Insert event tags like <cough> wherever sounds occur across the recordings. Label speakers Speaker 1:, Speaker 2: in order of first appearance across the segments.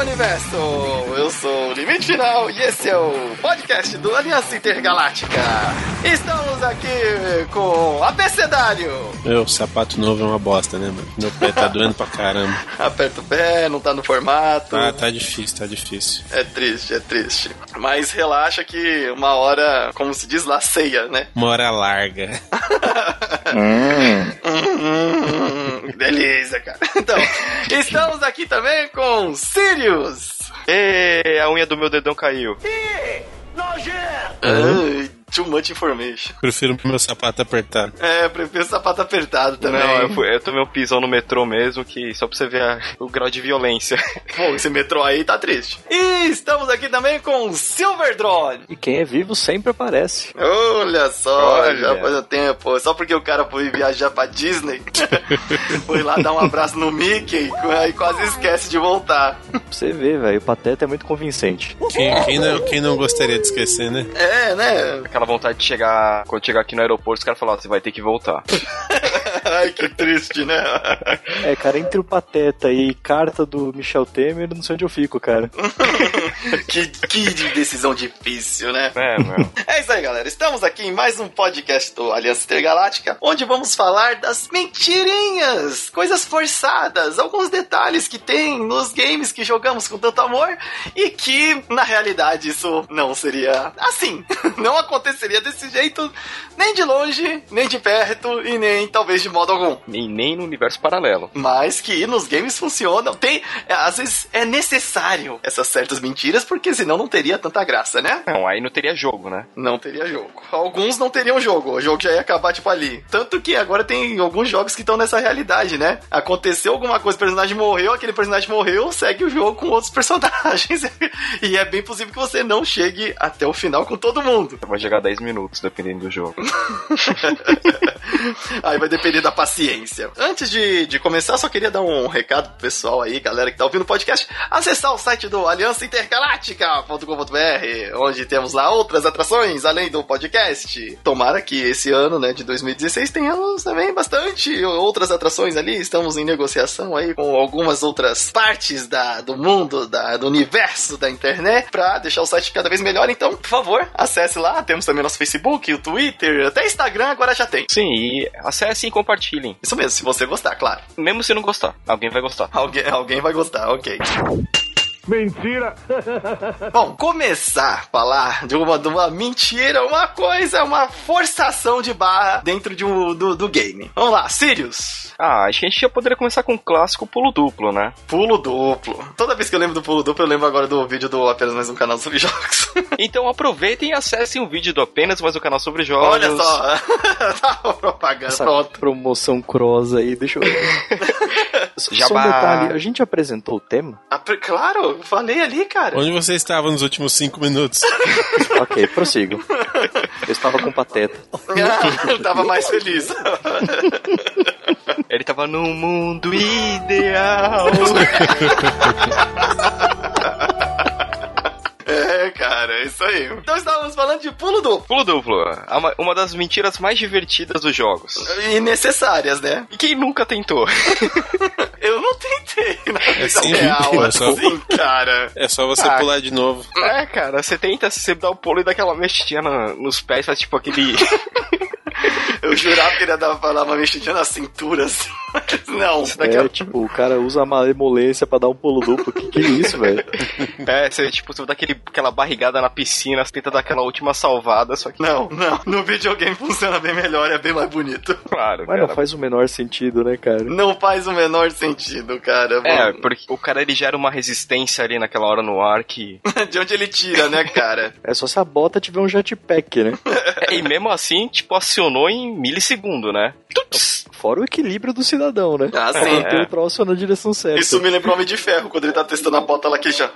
Speaker 1: Universo! Eu sou o Limite Final e esse é o podcast do Aliança Intergaláctica. Estamos aqui com Abecedário.
Speaker 2: Meu sapato novo é uma bosta, né, mano? Meu pé tá doendo pra caramba.
Speaker 1: Aperta o pé, não tá no formato.
Speaker 2: Tá, tá difícil, tá difícil.
Speaker 1: É triste, é triste. Mas relaxa que uma hora, como se diz lá, ceia, né?
Speaker 2: Uma hora larga. <laughs>
Speaker 1: Hum, hum, delícia, cara. <laughs> Então, estamos aqui também com Sirius.
Speaker 3: Ê, a unha do meu dedão caiu.
Speaker 1: Ai, too much information.
Speaker 2: Prefiro meu sapato apertado.
Speaker 1: É, eu prefiro sapato apertado também.
Speaker 3: Não, eu, fui, eu tomei um pisão no metrô mesmo, que só pra você ver a- o grau de violência.
Speaker 1: Bom, esse metrô aí tá triste. E estamos aqui também com Silver Drone.
Speaker 4: E quem é vivo sempre aparece.
Speaker 1: Olha só,
Speaker 3: Olha.
Speaker 1: já faz um tempo. Só porque o cara foi viajar pra
Speaker 3: <laughs>
Speaker 1: Disney, foi lá dar um abraço no Mickey e quase esquece de voltar.
Speaker 4: Pra você ver, velho, o Pateta é muito convincente.
Speaker 2: Quem, quem não, quem não gostaria de esquecer, né?
Speaker 1: É, né? <laughs>
Speaker 3: Aquela vontade de chegar, quando chegar aqui no aeroporto, os caras falaram, "Ó, você vai ter que voltar. <laughs>
Speaker 1: Ai, que triste, né? <laughs>
Speaker 4: É, cara, entre o Pateta e carta do Michel Temer, não sei onde eu fico, cara.
Speaker 1: que, que decisão difícil, né?
Speaker 3: É, meu.
Speaker 1: É isso aí, galera. Estamos aqui em mais um podcast do Aliança Intergaláctica, onde vamos falar das mentirinhas, coisas forçadas, alguns detalhes que tem nos games que jogamos com tanto amor e que, na realidade, isso não seria assim. <laughs> Não aconteceria desse jeito, nem de longe, nem de perto e nem talvez de modo algum.
Speaker 3: E nem no universo paralelo.
Speaker 1: Mas que nos games funcionam. Tem, é, às vezes é necessário essas certas mentiras, porque senão não teria tanta graça, né?
Speaker 3: Não, aí não teria jogo, né?
Speaker 1: Não teria jogo. Alguns não teriam jogo. O jogo já ia acabar, tipo, ali. Tanto que agora tem alguns jogos que estão nessa realidade, né? Aconteceu alguma coisa, o personagem morreu, aquele personagem morreu, segue o jogo com outros <laughs> personagens. e é bem possível que você não chegue até o final com todo mundo.
Speaker 3: Você vai jogar 10 minutos, dependendo do jogo.
Speaker 1: <laughs> Aí vai depender da paciência. Antes de, de começar, só queria dar um recado pro pessoal aí, galera que tá ouvindo o podcast, acessar o site do aliançaintergaláctica.com.br, onde temos lá outras atrações, além do podcast. Tomara que esse ano, né, de 2016, tenhamos também bastante outras atrações ali. Estamos em negociação aí com algumas outras partes da, do mundo, da, do universo da internet, pra deixar o site cada vez melhor. Então, por favor, acesse lá. Temos também nosso Facebook, o Twitter, até Instagram agora já tem.
Speaker 3: Sim, e acessem e compartilhem.
Speaker 1: Isso mesmo, se você gostar, claro.
Speaker 3: Mesmo se não gostar, alguém vai gostar.
Speaker 1: Alguém, alguém vai gostar, ok. Mentira! Bom, começar a falar de uma, de uma mentira, uma coisa, uma forçação de barra dentro de um, do, do game. Vamos lá, Sirius.
Speaker 3: Ah, acho que a gente já poderia começar com um clássico pulo duplo, né?
Speaker 1: Pulo duplo. Toda vez que eu lembro do pulo duplo, eu lembro agora do vídeo do Apenas Mais Um Canal Sobre Jogos. <laughs>
Speaker 3: Então aproveitem e acessem o vídeo do Apenas Mais um Canal Sobre Jogos.
Speaker 1: Olha só. <laughs> tá uma propaganda.
Speaker 4: Essa
Speaker 1: Pronto.
Speaker 4: promoção cross aí, deixa eu... Só- Só um
Speaker 3: Jabá.
Speaker 4: detalhe, a gente apresentou o tema?
Speaker 1: Ah, pre- claro, falei ali, cara.
Speaker 2: Onde você estava nos últimos cinco minutos?
Speaker 4: Ok, prossigo. Eu estava com o Pateta.
Speaker 1: Ah, <laughs> eu tava mais feliz. <laughs>
Speaker 3: Ele tava num
Speaker 1: <laughs>
Speaker 3: mundo ideal.
Speaker 1: é, cara, é isso aí. Então estávamos falando de pulo duplo.
Speaker 3: Pulo duplo, a ma- uma das mentiras mais divertidas dos jogos.
Speaker 1: e necessárias, né?
Speaker 3: E quem nunca tentou?
Speaker 1: Eu não tentei <laughs> na vida
Speaker 2: sempre
Speaker 1: real,
Speaker 2: mentira, só.
Speaker 1: assim, cara.
Speaker 2: É só você
Speaker 3: Ah.
Speaker 2: pular de novo.
Speaker 3: É, cara, você tenta, você dá o pulo e dá aquela mexidinha na- nos pés, faz tipo <laughs> aquele.
Speaker 1: Eu jurava que ele ia dar pra dar uma mexidinha na cintura, assim, <laughs> mas não.
Speaker 4: É, tipo, o cara usa a malemolência pra dar um pulo duplo. Que que é isso, velho?
Speaker 3: é, você tipo, você dá aquele, aquela barrigada na piscina, você tenta dar aquela última salvada, só que.
Speaker 1: Não, não. No videogame funciona bem melhor, é bem mais bonito.
Speaker 3: Claro,
Speaker 4: Mas
Speaker 3: cara.
Speaker 4: não faz o menor sentido, né, cara?
Speaker 1: Não faz o menor sentido, cara.
Speaker 3: É, porque o cara ele gera uma resistência ali naquela hora no ar <laughs> que.
Speaker 1: Bom, <laughs> De onde ele tira, né, cara?
Speaker 4: É só se a bota tiver um jetpack, né?
Speaker 3: É, e mesmo assim, tipo, acionou em milissegundo, né? Tuts!
Speaker 4: Fora o equilíbrio do cidadão, né?
Speaker 1: Ah, sim.
Speaker 4: Manter o troço na direção certa.
Speaker 1: É. Isso me lembrou Homem de Ferro, quando ele tá testando a bota lá que já...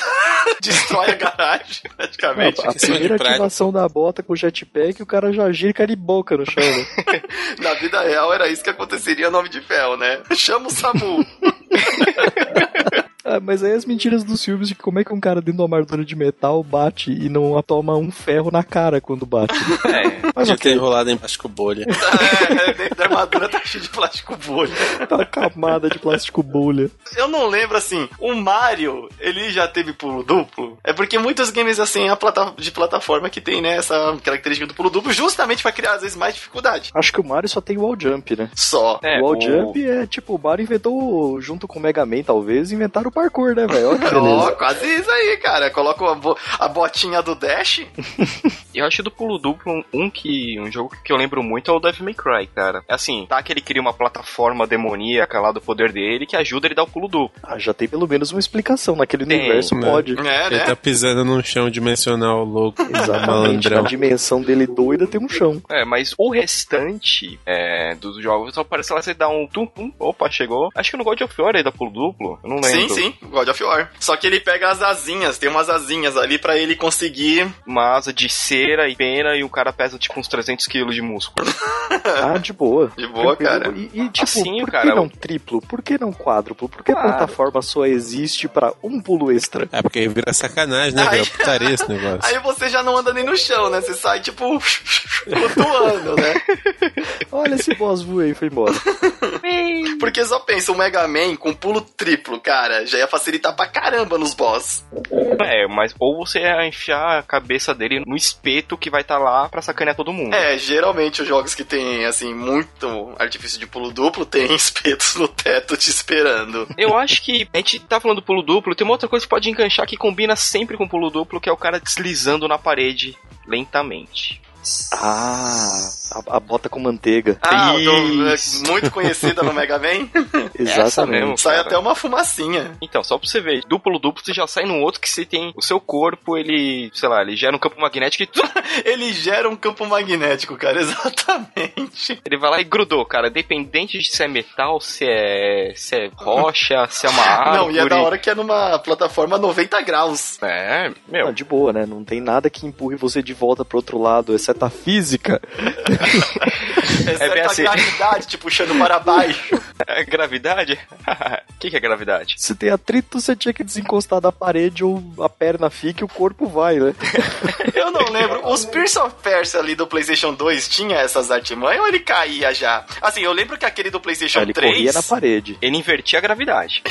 Speaker 1: <laughs> Destrói a garagem,
Speaker 4: Ah,
Speaker 1: praticamente.
Speaker 4: A, primeira
Speaker 2: de praia.
Speaker 4: ativação da bota com o jetpack, o cara já gira e cai de boca no chão, <laughs> né?
Speaker 1: Na vida real era isso que aconteceria no Homem de Ferro, né? Chama o Samu.
Speaker 4: Ah, mas aí as mentiras dos filmes de como é que um cara dentro de uma armadura de metal bate e não toma um ferro na cara quando <laughs> bate.
Speaker 3: É.
Speaker 4: Mas
Speaker 2: Podia ter
Speaker 4: ok,
Speaker 2: enrolado em plástico bolha.
Speaker 1: <laughs> É, dentro da armadura tá cheio de plástico bolha.
Speaker 4: tá uma camada de plástico bolha.
Speaker 1: Eu não lembro, assim, o Mario, ele já teve pulo duplo? É porque muitos games, assim, a plata- de plataforma que tem, né, essa característica do pulo duplo, justamente pra criar, às vezes, mais dificuldade.
Speaker 4: Acho que o Mario só tem wall jump, né?
Speaker 1: Só.
Speaker 3: É,
Speaker 4: o wall
Speaker 3: o-
Speaker 4: jump é tipo, o Mario inventou, junto com o Mega Man, talvez, inventaram o parkour, né, velho? Olha <laughs> que
Speaker 1: Ó,
Speaker 4: beleza.
Speaker 1: quase isso aí, cara. Coloca a, bo- a botinha do Dash.
Speaker 3: Eu acho do pulo duplo um- um que um jogo que eu lembro muito é o Devil May Cry, cara. É assim, tá que ele cria uma plataforma demoníaca lá do poder dele que ajuda ele a dar o pulo duplo.
Speaker 4: Ah, já tem pelo menos uma explicação naquele
Speaker 3: Tem,
Speaker 4: universo,
Speaker 2: né?
Speaker 4: pode.
Speaker 1: É,
Speaker 2: Ele
Speaker 1: né?
Speaker 2: tá pisando num chão dimensional louco,
Speaker 4: <laughs> Exatamente, na
Speaker 2: malandrão.
Speaker 4: dimensão dele doida tem um chão.
Speaker 3: É, mas o restante é, dos jogos só parece lá você dá um tum tum, opa, chegou. Acho que no God of War ele dá pulo duplo, eu não
Speaker 1: Sim,
Speaker 3: lembro.
Speaker 1: sim, God of War. Só que ele pega as asinhas, tem umas asinhas ali pra ele conseguir.
Speaker 3: Uma asa de cera e pena e o cara pesa tipo uns 300 quilos de músculo.
Speaker 4: Ah, de boa.
Speaker 1: De boa, cara.
Speaker 4: E, e, tipo,
Speaker 3: Assim,
Speaker 4: por
Speaker 3: cara,
Speaker 4: que não
Speaker 3: o-
Speaker 4: triplo? Por que não quádruplo? Por que a
Speaker 3: Claro.
Speaker 4: plataforma só existe pra um pulo extra?
Speaker 2: É porque aí vira sacanagem, né,
Speaker 1: Ai.
Speaker 2: velho? Putaria esse negócio.
Speaker 1: Aí você já não anda nem no chão, né? Você sai, tipo, flutuando, né?
Speaker 4: Olha esse boss voou e foi embora.
Speaker 1: Porque só pensa, o Mega Man com pulo triplo, cara, já ia facilitar pra caramba nos boss.
Speaker 3: é, mas ou você ia enfiar a cabeça dele no espeto que vai estar lá pra sacanear todo mundo.
Speaker 1: É, geralmente os jogos que tem, assim, muito artifício de pulo duplo tem <laughs> espetos no teto te esperando.
Speaker 3: Eu acho que a gente tá falando do pulo duplo, tem uma outra coisa que pode enganchar que combina sempre com o pulo duplo, que é o cara deslizando na parede lentamente.
Speaker 4: <laughs> Ah, a, a bota com manteiga.
Speaker 1: Ah,
Speaker 3: Isso.
Speaker 1: do- é muito conhecida no Mega Man.
Speaker 3: Essa
Speaker 4: Exatamente.
Speaker 3: mesmo.
Speaker 1: Sai
Speaker 3: cara.
Speaker 1: até uma fumacinha.
Speaker 3: Então, só pra você ver, do pulo duplo você já sai num outro que você tem o seu corpo, ele, sei lá, ele gera um campo magnético e <laughs>
Speaker 1: Ele gera um campo magnético, cara, <laughs> exatamente.
Speaker 3: ele vai lá e grudou, cara, dependente de se é metal, se é, se é rocha, se é uma
Speaker 1: <laughs>
Speaker 3: árvore.
Speaker 1: Não, e é da hora que é numa plataforma 90 graus.
Speaker 3: É,
Speaker 4: Não,
Speaker 3: meu.
Speaker 4: de boa, né? Não tem nada que empurre você de volta pro outro lado, exceto a física.
Speaker 1: É, certa
Speaker 3: bem assim.
Speaker 1: gravidade te puxando <laughs> para baixo.
Speaker 3: É gravidade? <laughs> O que, que é gravidade?
Speaker 4: Se tem atrito, você tinha que desencostar da parede ou a perna fica e o corpo vai, né?
Speaker 1: Eu não lembro. Os Prince of Persia ali do PlayStation 2 tinha essas artimanhas ou ele caía já? Assim, eu lembro que aquele do PlayStation
Speaker 4: Ele
Speaker 1: 3.
Speaker 4: corria na parede.
Speaker 3: Ele invertia a gravidade.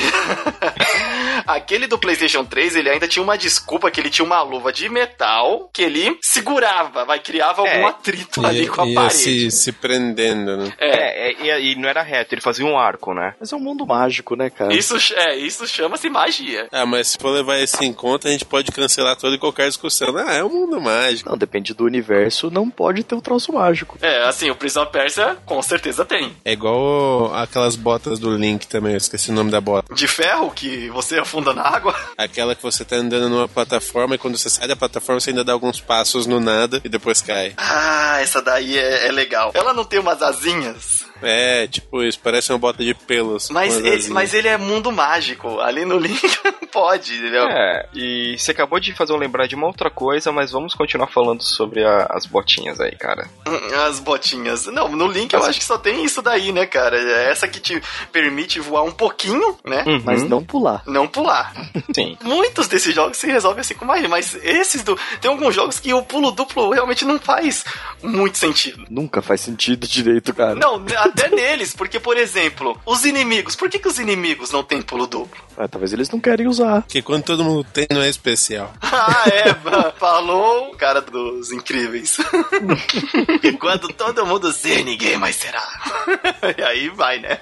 Speaker 1: Aquele do PlayStation 3, ele ainda tinha uma desculpa que ele tinha uma luva de metal que ele segurava, vai criava algum
Speaker 3: É.
Speaker 1: atrito ali com a
Speaker 2: ia
Speaker 1: parede.
Speaker 2: se, se prendendo, né?
Speaker 3: É, é, e, e não era reto, ele fazia um arco, né?
Speaker 4: Mas é um mundo mágico, né, cara?
Speaker 1: Isso, é, isso chama-se magia.
Speaker 2: Ah, mas se for levar isso em conta, a gente pode cancelar toda e qualquer discussão. Ah, é um mundo mágico.
Speaker 4: Não, depende do universo, não pode ter um troço mágico.
Speaker 1: É, assim, o Prince of Persia com certeza tem.
Speaker 2: É igual aquelas botas do Link também, eu esqueci o nome da bota.
Speaker 1: De ferro que você afunda na água. <laughs>
Speaker 2: Aquela que você tá andando numa plataforma e quando você sai da plataforma você ainda dá alguns passos no nada e depois cai.
Speaker 1: Ah, essa daí é, é legal. Ela não tem umas asinhas,
Speaker 2: É, tipo isso, parece uma bota de pelos.
Speaker 1: mas,
Speaker 2: com as
Speaker 1: ele,
Speaker 2: asinhas.
Speaker 1: mas ele é mundo mágico. Ali no <laughs> link não pode, entendeu?
Speaker 3: É, e você acabou de fazer eu lembrar de uma outra coisa, mas vamos continuar falando sobre a- as botinhas aí,
Speaker 1: <laughs>
Speaker 3: cara.
Speaker 1: Hum, As botinhas. Não, no link eu acho que só tem isso daí, né, cara? É essa que te permite voar um pouquinho, né?
Speaker 3: Uhum.
Speaker 4: Mas não pular.
Speaker 1: Não pular.
Speaker 3: Sim.
Speaker 1: Muitos desses jogos se resolvem assim com magia, mas esses do. Tem alguns jogos que o pulo duplo realmente não faz muito sentido.
Speaker 4: Nunca faz sentido <laughs> direito, cara.
Speaker 1: Não, ne- até neles, porque, por exemplo, os inimigos. Por que, que os inimigos não têm pulo duplo? <laughs>
Speaker 4: Ah, talvez eles não querem usar.
Speaker 2: Porque quando todo mundo tem, não é especial.
Speaker 1: Ah, é, ba- falou o cara dos incríveis. <laughs> Enquanto todo mundo ser, ninguém mais será. <laughs> e aí vai, né?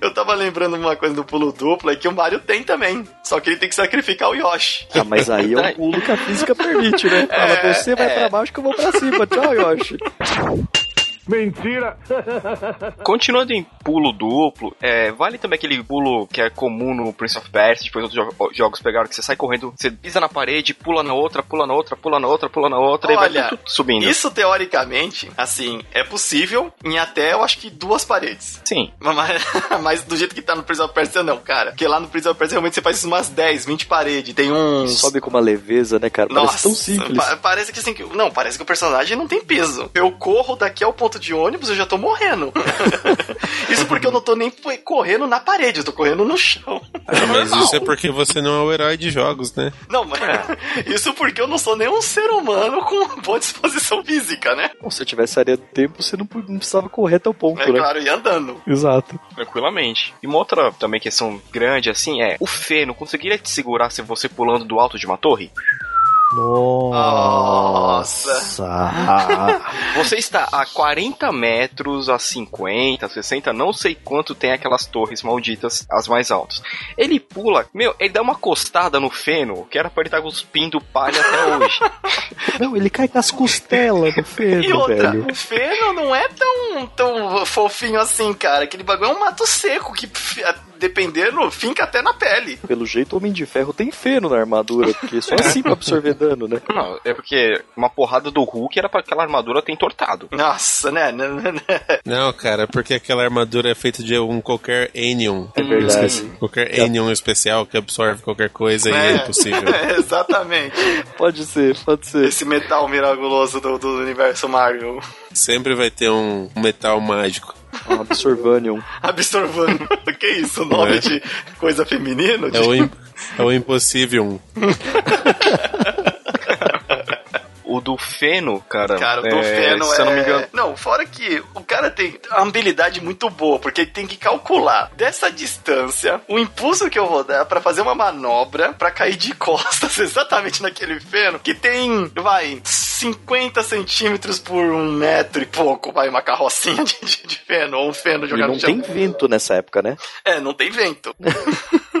Speaker 1: Eu tava lembrando uma coisa do pulo duplo, é que o Mario tem também. Só que ele tem que sacrificar o Yoshi.
Speaker 4: Ah, mas
Speaker 1: <laughs>
Speaker 4: aí é um pulo que a física permite, né? Fala,
Speaker 1: É,
Speaker 4: você vai pra baixo que eu vou pra cima. Tchau,
Speaker 1: <laughs>
Speaker 4: Yoshi.
Speaker 3: Continuando em pulo duplo, é, vale também aquele pulo que é comum no Prince of Persia, depois outros jo- jogos pegaram, que você sai correndo, você pisa na parede, pula na outra, pula na outra, pula na outra, pula na outra, e
Speaker 1: Olha,
Speaker 3: vai tudo subindo.
Speaker 1: Isso, teoricamente, assim, é possível em até, eu acho que duas paredes. <laughs>
Speaker 3: Sim.
Speaker 1: Mas, mas do jeito que tá no Prince of Persia, não, cara. Porque lá no Prince of Persia, realmente, você faz umas 10, 20 paredes. Tem um uns...
Speaker 4: Sobe com uma leveza, né, cara? Parece tão simples.
Speaker 1: pa- parece que assim, que- não, parece que o personagem não tem peso. Eu corro daqui ao ponto de ônibus, eu já
Speaker 4: <laughs>
Speaker 1: tô morrendo. Isso porque eu não tô nem p- correndo na parede, eu tô correndo no chão.
Speaker 2: Ah, mas isso é porque você não é o herói de jogos, né?
Speaker 1: Não, mas
Speaker 4: É.
Speaker 1: <laughs> isso porque eu não sou nenhum ser humano com boa disposição física, né?
Speaker 4: Bom, se eu tivesse areia do tempo, você não, não precisava correr até o ponto,
Speaker 1: É
Speaker 4: né?
Speaker 1: claro, e andando.
Speaker 4: Exato.
Speaker 3: Tranquilamente. E uma outra também questão grande, assim, é o feno conseguiria te segurar se você pulando do alto de uma torre?
Speaker 1: Nossa.
Speaker 4: Nossa.
Speaker 3: Você está a 40 metros, a 50, 60, não sei quanto tem aquelas torres malditas, as mais altas. Ele pula, meu, ele dá uma costada no feno, que era pra ele estar cuspindo palha até
Speaker 1: <laughs>
Speaker 3: hoje.
Speaker 4: não, ele cai nas costelas do
Speaker 1: E
Speaker 4: Feno,
Speaker 1: outra,
Speaker 4: velho.
Speaker 1: o feno não é tão, tão fofinho assim, cara. Aquele bagulho é um mato seco que, pf, a- dependendo, finca até na pele.
Speaker 4: Pelo jeito, o Homem de Ferro tem feno na armadura,
Speaker 1: <laughs>
Speaker 4: porque só assim pra absorver dano, né?
Speaker 3: Não, é porque uma porrada do Hulk era pra aquela armadura ter entortado.
Speaker 1: Nossa, né? Né, né, né?
Speaker 2: Não, cara, porque aquela armadura é feita de um qualquer Enion.
Speaker 4: É verdade. Tá.
Speaker 2: Qualquer Enion especial que absorve qualquer coisa e é impossível.
Speaker 1: né, <laughs> Exatamente.
Speaker 4: Pode ser, pode ser.
Speaker 1: Esse metal miraculoso do, do universo Marvel.
Speaker 2: Sempre vai ter um metal mágico.
Speaker 4: Um Absorvanium.
Speaker 1: Absorvando. <laughs> que isso? Nome
Speaker 2: É.
Speaker 1: de coisa feminina?
Speaker 2: É o,
Speaker 1: <laughs>
Speaker 2: im- é o impossível.
Speaker 3: O do feno, cara.
Speaker 1: Cara, o do
Speaker 3: é,
Speaker 1: Feno
Speaker 3: se
Speaker 1: é...
Speaker 3: eu não me engano.
Speaker 1: Não, fora que o cara tem uma habilidade muito boa, porque ele tem que calcular dessa distância o impulso que eu vou dar pra fazer uma manobra pra cair de <laughs> costas exatamente naquele Feno, que tem, vai, 50 centímetros por um metro e pouco, vai, uma carrocinha de, de, de Feno, ou um Feno
Speaker 4: E
Speaker 1: jogado
Speaker 4: não
Speaker 1: no chão.
Speaker 4: tem vento nessa época, né?
Speaker 1: É, não tem vento.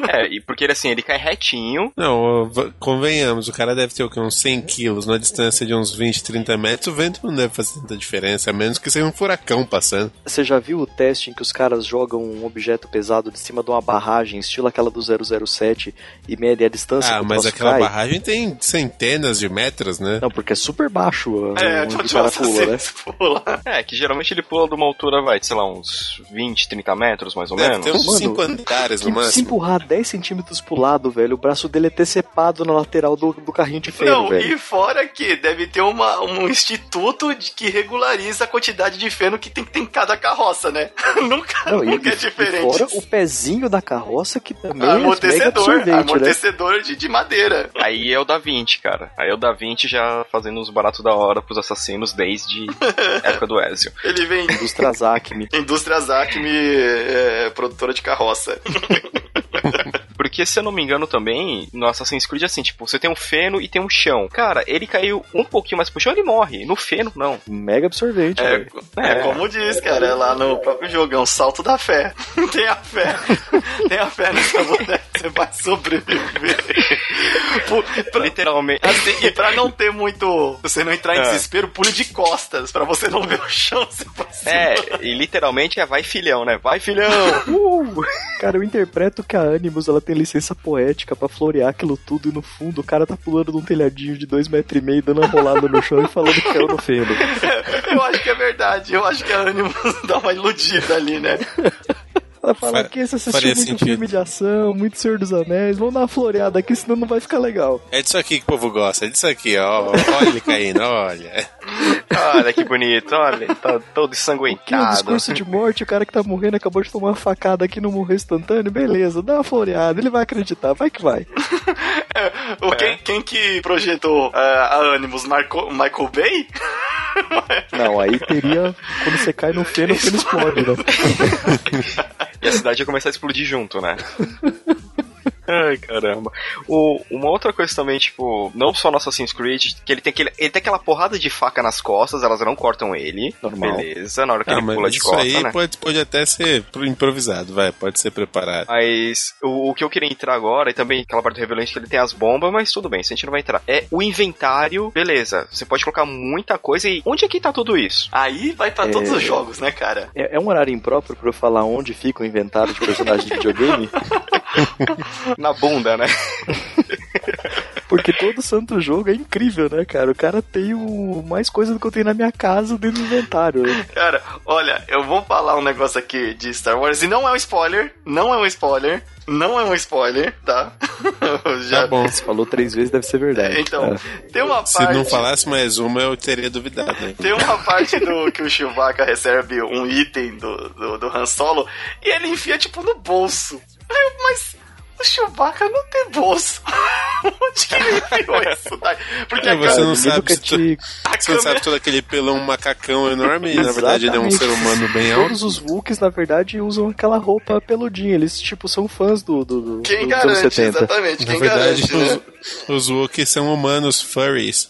Speaker 3: É, e porque ele assim, ele cai retinho.
Speaker 2: Não, v- convenhamos, o cara deve ter o quê? Uns 100 quilos, na distância de uns 20, 30 metros, o vento não deve fazer tanta diferença, a menos que seja um furacão passando.
Speaker 4: Você já viu o teste em que os caras jogam um objeto pesado de cima de uma barragem, estilo aquela do 007, e medem a distância
Speaker 2: ah,
Speaker 4: que o
Speaker 2: mas
Speaker 4: troço
Speaker 2: aquela
Speaker 4: cai?
Speaker 2: barragem tem centenas de metros, né?
Speaker 4: Não, porque é super baixo ah,
Speaker 1: É,
Speaker 4: onde
Speaker 1: tchau,
Speaker 4: o
Speaker 1: tchau,
Speaker 4: cara pula, né?
Speaker 1: vocês <laughs> pulam.
Speaker 3: É, que geralmente ele pula de uma altura, vai, sei lá, uns 20, 30 metros, mais ou
Speaker 2: Deve
Speaker 3: menos.
Speaker 2: ter uns
Speaker 4: Mano,
Speaker 2: 5
Speaker 4: tipo,
Speaker 2: andares no
Speaker 4: Que se
Speaker 2: máximo.
Speaker 4: empurrar 10 centímetros pro lado, velho, o braço dele é decepado na lateral do, do carrinho de freio,
Speaker 1: Não,
Speaker 4: velho.
Speaker 1: e fora que deve ter uma, um instituto de- que regulariza a quantidade de feno que tem que ter em cada carroça, né? <laughs> nunca
Speaker 4: Não,
Speaker 1: <laughs> nunca é diferente.
Speaker 4: fora o pezinho da carroça que também é mega
Speaker 1: amortecedor,
Speaker 4: absorvente, né?
Speaker 1: amortecedor de, de madeira.
Speaker 3: Aí é o da 20, cara. Aí é o da 20 já fazendo os baratos da hora pros
Speaker 1: <laughs>
Speaker 3: assassinos desde a época do Ezio.
Speaker 1: Ele vem
Speaker 4: Indústrias Acme.
Speaker 1: indústrias Acme, é, produtora de carroça.
Speaker 3: Porque, se eu não me engano também, no Assassin's Creed é assim, tipo, você tem um feno e tem um chão. Cara, ele caiu um pouquinho mais pro chão, ele morre. No feno, não.
Speaker 4: Mega absorvente,
Speaker 1: É,
Speaker 4: velho.
Speaker 1: é, como diz, cara, é lá no próprio jogo, é um salto da fé. <laughs> Tem a fé. <laughs> Tem a fé nessa boneca, você vai sobreviver.
Speaker 4: <laughs>
Speaker 1: Pu- pra-
Speaker 3: é, Literalmente.
Speaker 1: Assim, e pra não ter muito. Você não entrar em
Speaker 3: É.
Speaker 1: desespero, pule de costas. Pra você não ver o chão, você passa.
Speaker 3: É, e literalmente é vai filhão, né? Vai filhão!
Speaker 4: Uh! Cara, eu interpreto que a Animus ela tem licença poética pra florear aquilo tudo e no fundo o cara tá pulando de um telhadinho de dois metros e meio, dando uma rolada no chão e falando que caiu no feno.
Speaker 1: Eu acho que é verdade. Eu acho que a Animus <laughs> dá uma iludida ali, né?
Speaker 4: Ela fala
Speaker 2: Fa-
Speaker 4: que você assistiu
Speaker 2: faria
Speaker 4: muito
Speaker 2: sentido.
Speaker 4: filme de ação, muito Senhor dos Anéis, vamos dar uma floreada aqui, senão não vai ficar legal.
Speaker 2: É disso aqui que o povo gosta, é disso aqui, ó. Olha ele caindo, olha.
Speaker 3: Olha que bonito, olha, tá todo
Speaker 4: Que é um
Speaker 3: ensanguentado.
Speaker 4: discurso de morte, o cara que tá morrendo acabou de tomar uma facada aqui não morreu instantâneo, beleza, dá uma floreada, ele vai acreditar, vai que vai.
Speaker 1: O quem, quem que projetou ah, a Animus? Marco, Michael Bay?
Speaker 4: Não, aí teria, quando você cai no feno, o feno explode, né?
Speaker 3: E a cidade ia começar a explodir
Speaker 2: <laughs>
Speaker 3: junto, né? Ai, caramba. O- uma outra coisa também, tipo, não só no Assassin's Creed, que ele tem, aquele, ele tem aquela porrada de faca nas costas, elas não cortam ele.
Speaker 4: Normal.
Speaker 3: Beleza, na hora que
Speaker 2: Ah,
Speaker 3: ele pula
Speaker 2: mas
Speaker 3: de
Speaker 2: isso
Speaker 3: costa,
Speaker 2: aí
Speaker 3: né?
Speaker 2: pode, pode até ser pro- improvisado, vai, pode ser
Speaker 3: Ah,
Speaker 2: preparado.
Speaker 3: Mas o, o que eu queria entrar agora, e também aquela parte do Revelante que ele tem as bombas, mas tudo bem, isso a gente não vai entrar. É o inventário, beleza. Você pode colocar muita coisa e onde é que tá tudo isso?
Speaker 1: Aí vai pra todos
Speaker 4: É.
Speaker 1: os jogos, né, cara?
Speaker 4: É, é um horário impróprio pra eu falar onde fica o inventário de personagem de videogame?
Speaker 2: Ah.
Speaker 3: Na bunda, né? <laughs>
Speaker 4: Porque todo santo jogo é incrível, né, cara? O cara tem o mais coisa do que eu tenho na minha casa dentro do inventário. né?
Speaker 1: Cara, olha, eu vou falar um negócio aqui de Star Wars. E não é um spoiler. Não é um spoiler. Não é um spoiler, tá? <laughs> Eu
Speaker 2: Tá bom.
Speaker 4: Você falou três vezes, deve ser verdade.
Speaker 1: Então,
Speaker 4: É.
Speaker 1: tem uma parte.
Speaker 2: Se não falasse mais uma, eu teria duvidado. né?
Speaker 1: Tem um uma parte do que o Chewbacca recebe um item do, do, do Han Solo e ele enfia, tipo, no bolso. Aí eu, mas o Chewbacca não tem bolso. <laughs> Onde que ele enfiou isso daí? Porque
Speaker 2: É,
Speaker 1: a,
Speaker 2: você
Speaker 1: câmera-
Speaker 2: não sabe
Speaker 4: nunca
Speaker 2: se tu-
Speaker 4: te...
Speaker 1: a
Speaker 2: Você não
Speaker 1: câmera
Speaker 2: sabe todo aquele pelão macacão enorme, e na verdade ele é um
Speaker 4: Exatamente.
Speaker 2: ser humano bem alto.
Speaker 4: Todos os Wookies, na verdade, usam aquela roupa peludinha. Eles, tipo, são fãs do, do, do-
Speaker 1: Quem
Speaker 4: dos anos
Speaker 1: garante,
Speaker 4: 70.
Speaker 1: exatamente,
Speaker 2: Na
Speaker 1: quem
Speaker 2: verdade,
Speaker 1: garante, né?
Speaker 2: os, os Wookiees são humanos furries.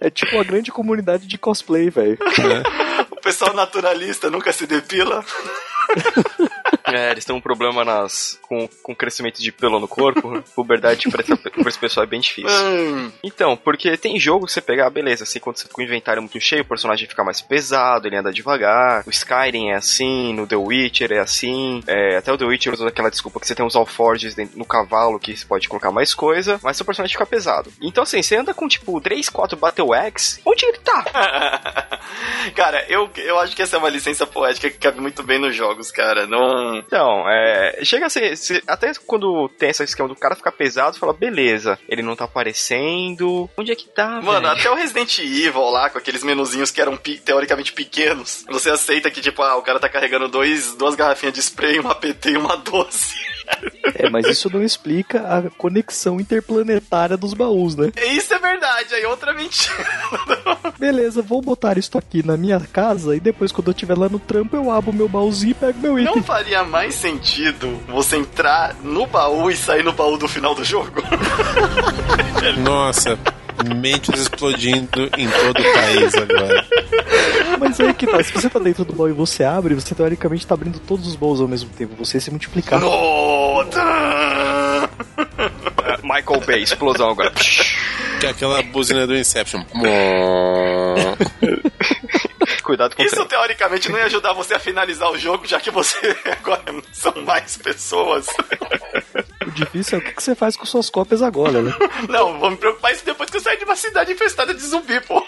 Speaker 4: É tipo uma grande comunidade de cosplay, velho.
Speaker 2: né?
Speaker 1: O pessoal naturalista nunca se depila.
Speaker 3: É, eles têm um problema nas, com, com crescimento de pelo no corpo. <laughs> Puberdade pra essa- pra esse pessoal é bem difícil.
Speaker 1: Hum,
Speaker 3: Então, porque tem jogo que você pegar, beleza, assim, quando você fica com o inventário muito cheio, o personagem fica mais pesado, ele anda devagar. O Skyrim é assim, no The Witcher é assim. é, até o The Witcher usa aquela desculpa que você tem os alforges dentro- no cavalo que você pode colocar mais coisa, mas seu personagem fica pesado. Então, assim, você anda com tipo 3, 4 Battle Axe, onde ele tá?
Speaker 1: cara, eu, eu acho que essa é uma licença poética que cabe muito bem nos jogos, cara. Não.
Speaker 3: Então, é, chega a ser, se- Até quando tem essa esquema do cara ficar pesado, fala, beleza, ele não tá aparecendo. Onde é que tá?
Speaker 1: Mano,
Speaker 3: velho?
Speaker 1: até o Resident Evil lá, com aqueles menuzinhos que eram pe- teoricamente pequenos, você aceita que, tipo, ah, o cara tá carregando dois, duas garrafinhas de spray, uma PT e uma doce. <laughs>
Speaker 4: É, mas isso não explica a conexão interplanetária dos baús, né?
Speaker 1: Isso é verdade, aí outra mentira.
Speaker 4: Beleza, vou botar isso aqui na minha casa e depois quando eu estiver lá no trampo eu abro meu baúzinho e pego meu item.
Speaker 1: Não faria mais sentido você entrar no baú e sair no baú do final do jogo?
Speaker 2: Nossa, mentes explodindo em todo o país agora.
Speaker 4: Mas aí que tá, se você tá dentro do baú e você abre, você teoricamente tá abrindo todos os baús ao mesmo tempo, você se multiplicar.
Speaker 1: Nota!
Speaker 3: Michael Bay, explosão agora.
Speaker 2: Que é aquela buzina do Inception.
Speaker 3: <laughs> Cuidado com o
Speaker 1: Isso
Speaker 3: trem.
Speaker 1: teoricamente não ia ajudar você a finalizar o jogo, já que você <laughs> agora são mais pessoas.
Speaker 4: O difícil é o que que você faz com suas cópias agora, né?
Speaker 1: Não, vou me preocupar isso depois que eu sair de uma cidade infestada de zumbi, pô.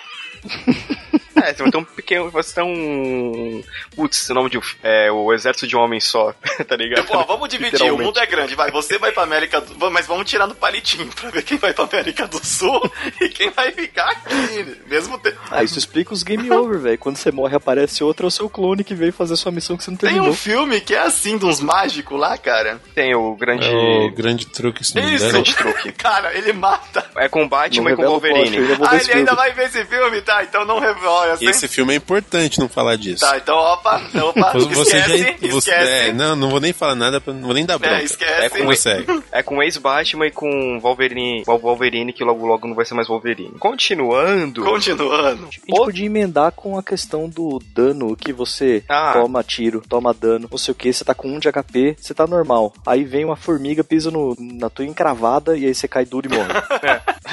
Speaker 3: É, você vai ter um pequeno. Você tem um. Putz, o nome de. um fi- É, o Exército de um Homem Só, <laughs> tá ligado?
Speaker 1: Pô, vamos dividir, o
Speaker 3: Literalmente.
Speaker 1: mundo é grande, vai, você vai pra América do Sul, mas vamos tirar no palitinho pra ver quem vai pra América do Sul <laughs> e quem vai ficar aqui, mesmo tempo.
Speaker 4: Ah, isso explica os game over, velho. Quando você morre aparece outro, é o seu clone que veio fazer sua missão que você não
Speaker 1: Tem
Speaker 4: terminou.
Speaker 1: um filme que é assim, de uns mágicos lá, cara.
Speaker 3: Tem o grande.
Speaker 2: É o grande truque, se não me engano.
Speaker 1: Isso, <laughs> cara, ele mata.
Speaker 3: É com o Batman e com o
Speaker 4: revela o plot, eu
Speaker 3: Wolverine.
Speaker 4: ainda vou ver
Speaker 1: Ah,
Speaker 4: esse
Speaker 1: ele ainda
Speaker 4: filme.
Speaker 1: vai ver esse filme, tá? Então não revela,
Speaker 2: E Esse filme é importante não falar disso.
Speaker 1: Tá, então opa, opa,
Speaker 2: Você já-
Speaker 1: esquece,
Speaker 2: você-
Speaker 1: esquece.
Speaker 2: é, não, não vou nem falar nada, pra- não vou nem dar bronca.
Speaker 1: esquece.
Speaker 2: É como segue.
Speaker 3: É com o ex-Batman e com o Wolverine, o Wolverine, que logo logo não vai ser mais Wolverine. Continuando.
Speaker 1: Continuando.
Speaker 4: A gente podia emendar com a questão do dano que você
Speaker 3: Ah.
Speaker 4: toma tiro, toma dano, não sei o que, você tá com 1 de HP, você tá normal. Aí vem uma formiga, pisa no- na tua encravada e aí você cai duro e morre.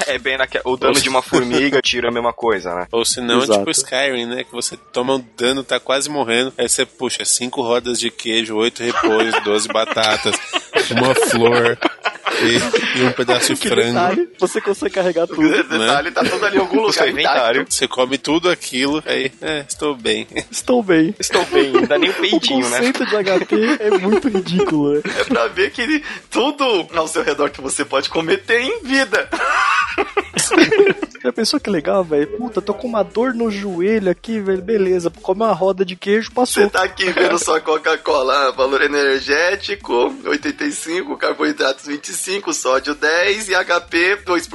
Speaker 3: É bem naquela. O dano de uma formiga tira a mesma coisa, né?
Speaker 2: Ou se não,
Speaker 4: Exato.
Speaker 2: tipo Skyrim, né? Que você toma um dano, tá quase morrendo. Aí você puxa cinco rodas de queijo, oito repolhos, <laughs> 12 batatas, uma flor e, e um pedaço de
Speaker 4: que
Speaker 2: frango.
Speaker 4: detalhe, você consegue carregar tudo.
Speaker 1: <laughs> Detalhe, tá tudo ali em algum
Speaker 3: O seu
Speaker 1: lugar.
Speaker 3: inventário.
Speaker 2: Você come tudo aquilo, aí, é, estou bem.
Speaker 4: Estou bem.
Speaker 3: Estou bem, não dá nem um
Speaker 4: o
Speaker 3: peitinho, né?
Speaker 4: conceito de HP é muito ridículo. né?
Speaker 1: É pra ver que ele- tudo ao seu redor que você pode comer tem vida.
Speaker 4: Já pensou que legal, velho? Puta, tô com uma dor no joelho aqui, velho. Beleza, come uma roda de queijo,
Speaker 1: Você <laughs>
Speaker 4: passou.
Speaker 1: tá aqui vendo sua Coca-Cola, ah, valor energético 85, carboidratos 25, sódio 10 e HP 2%.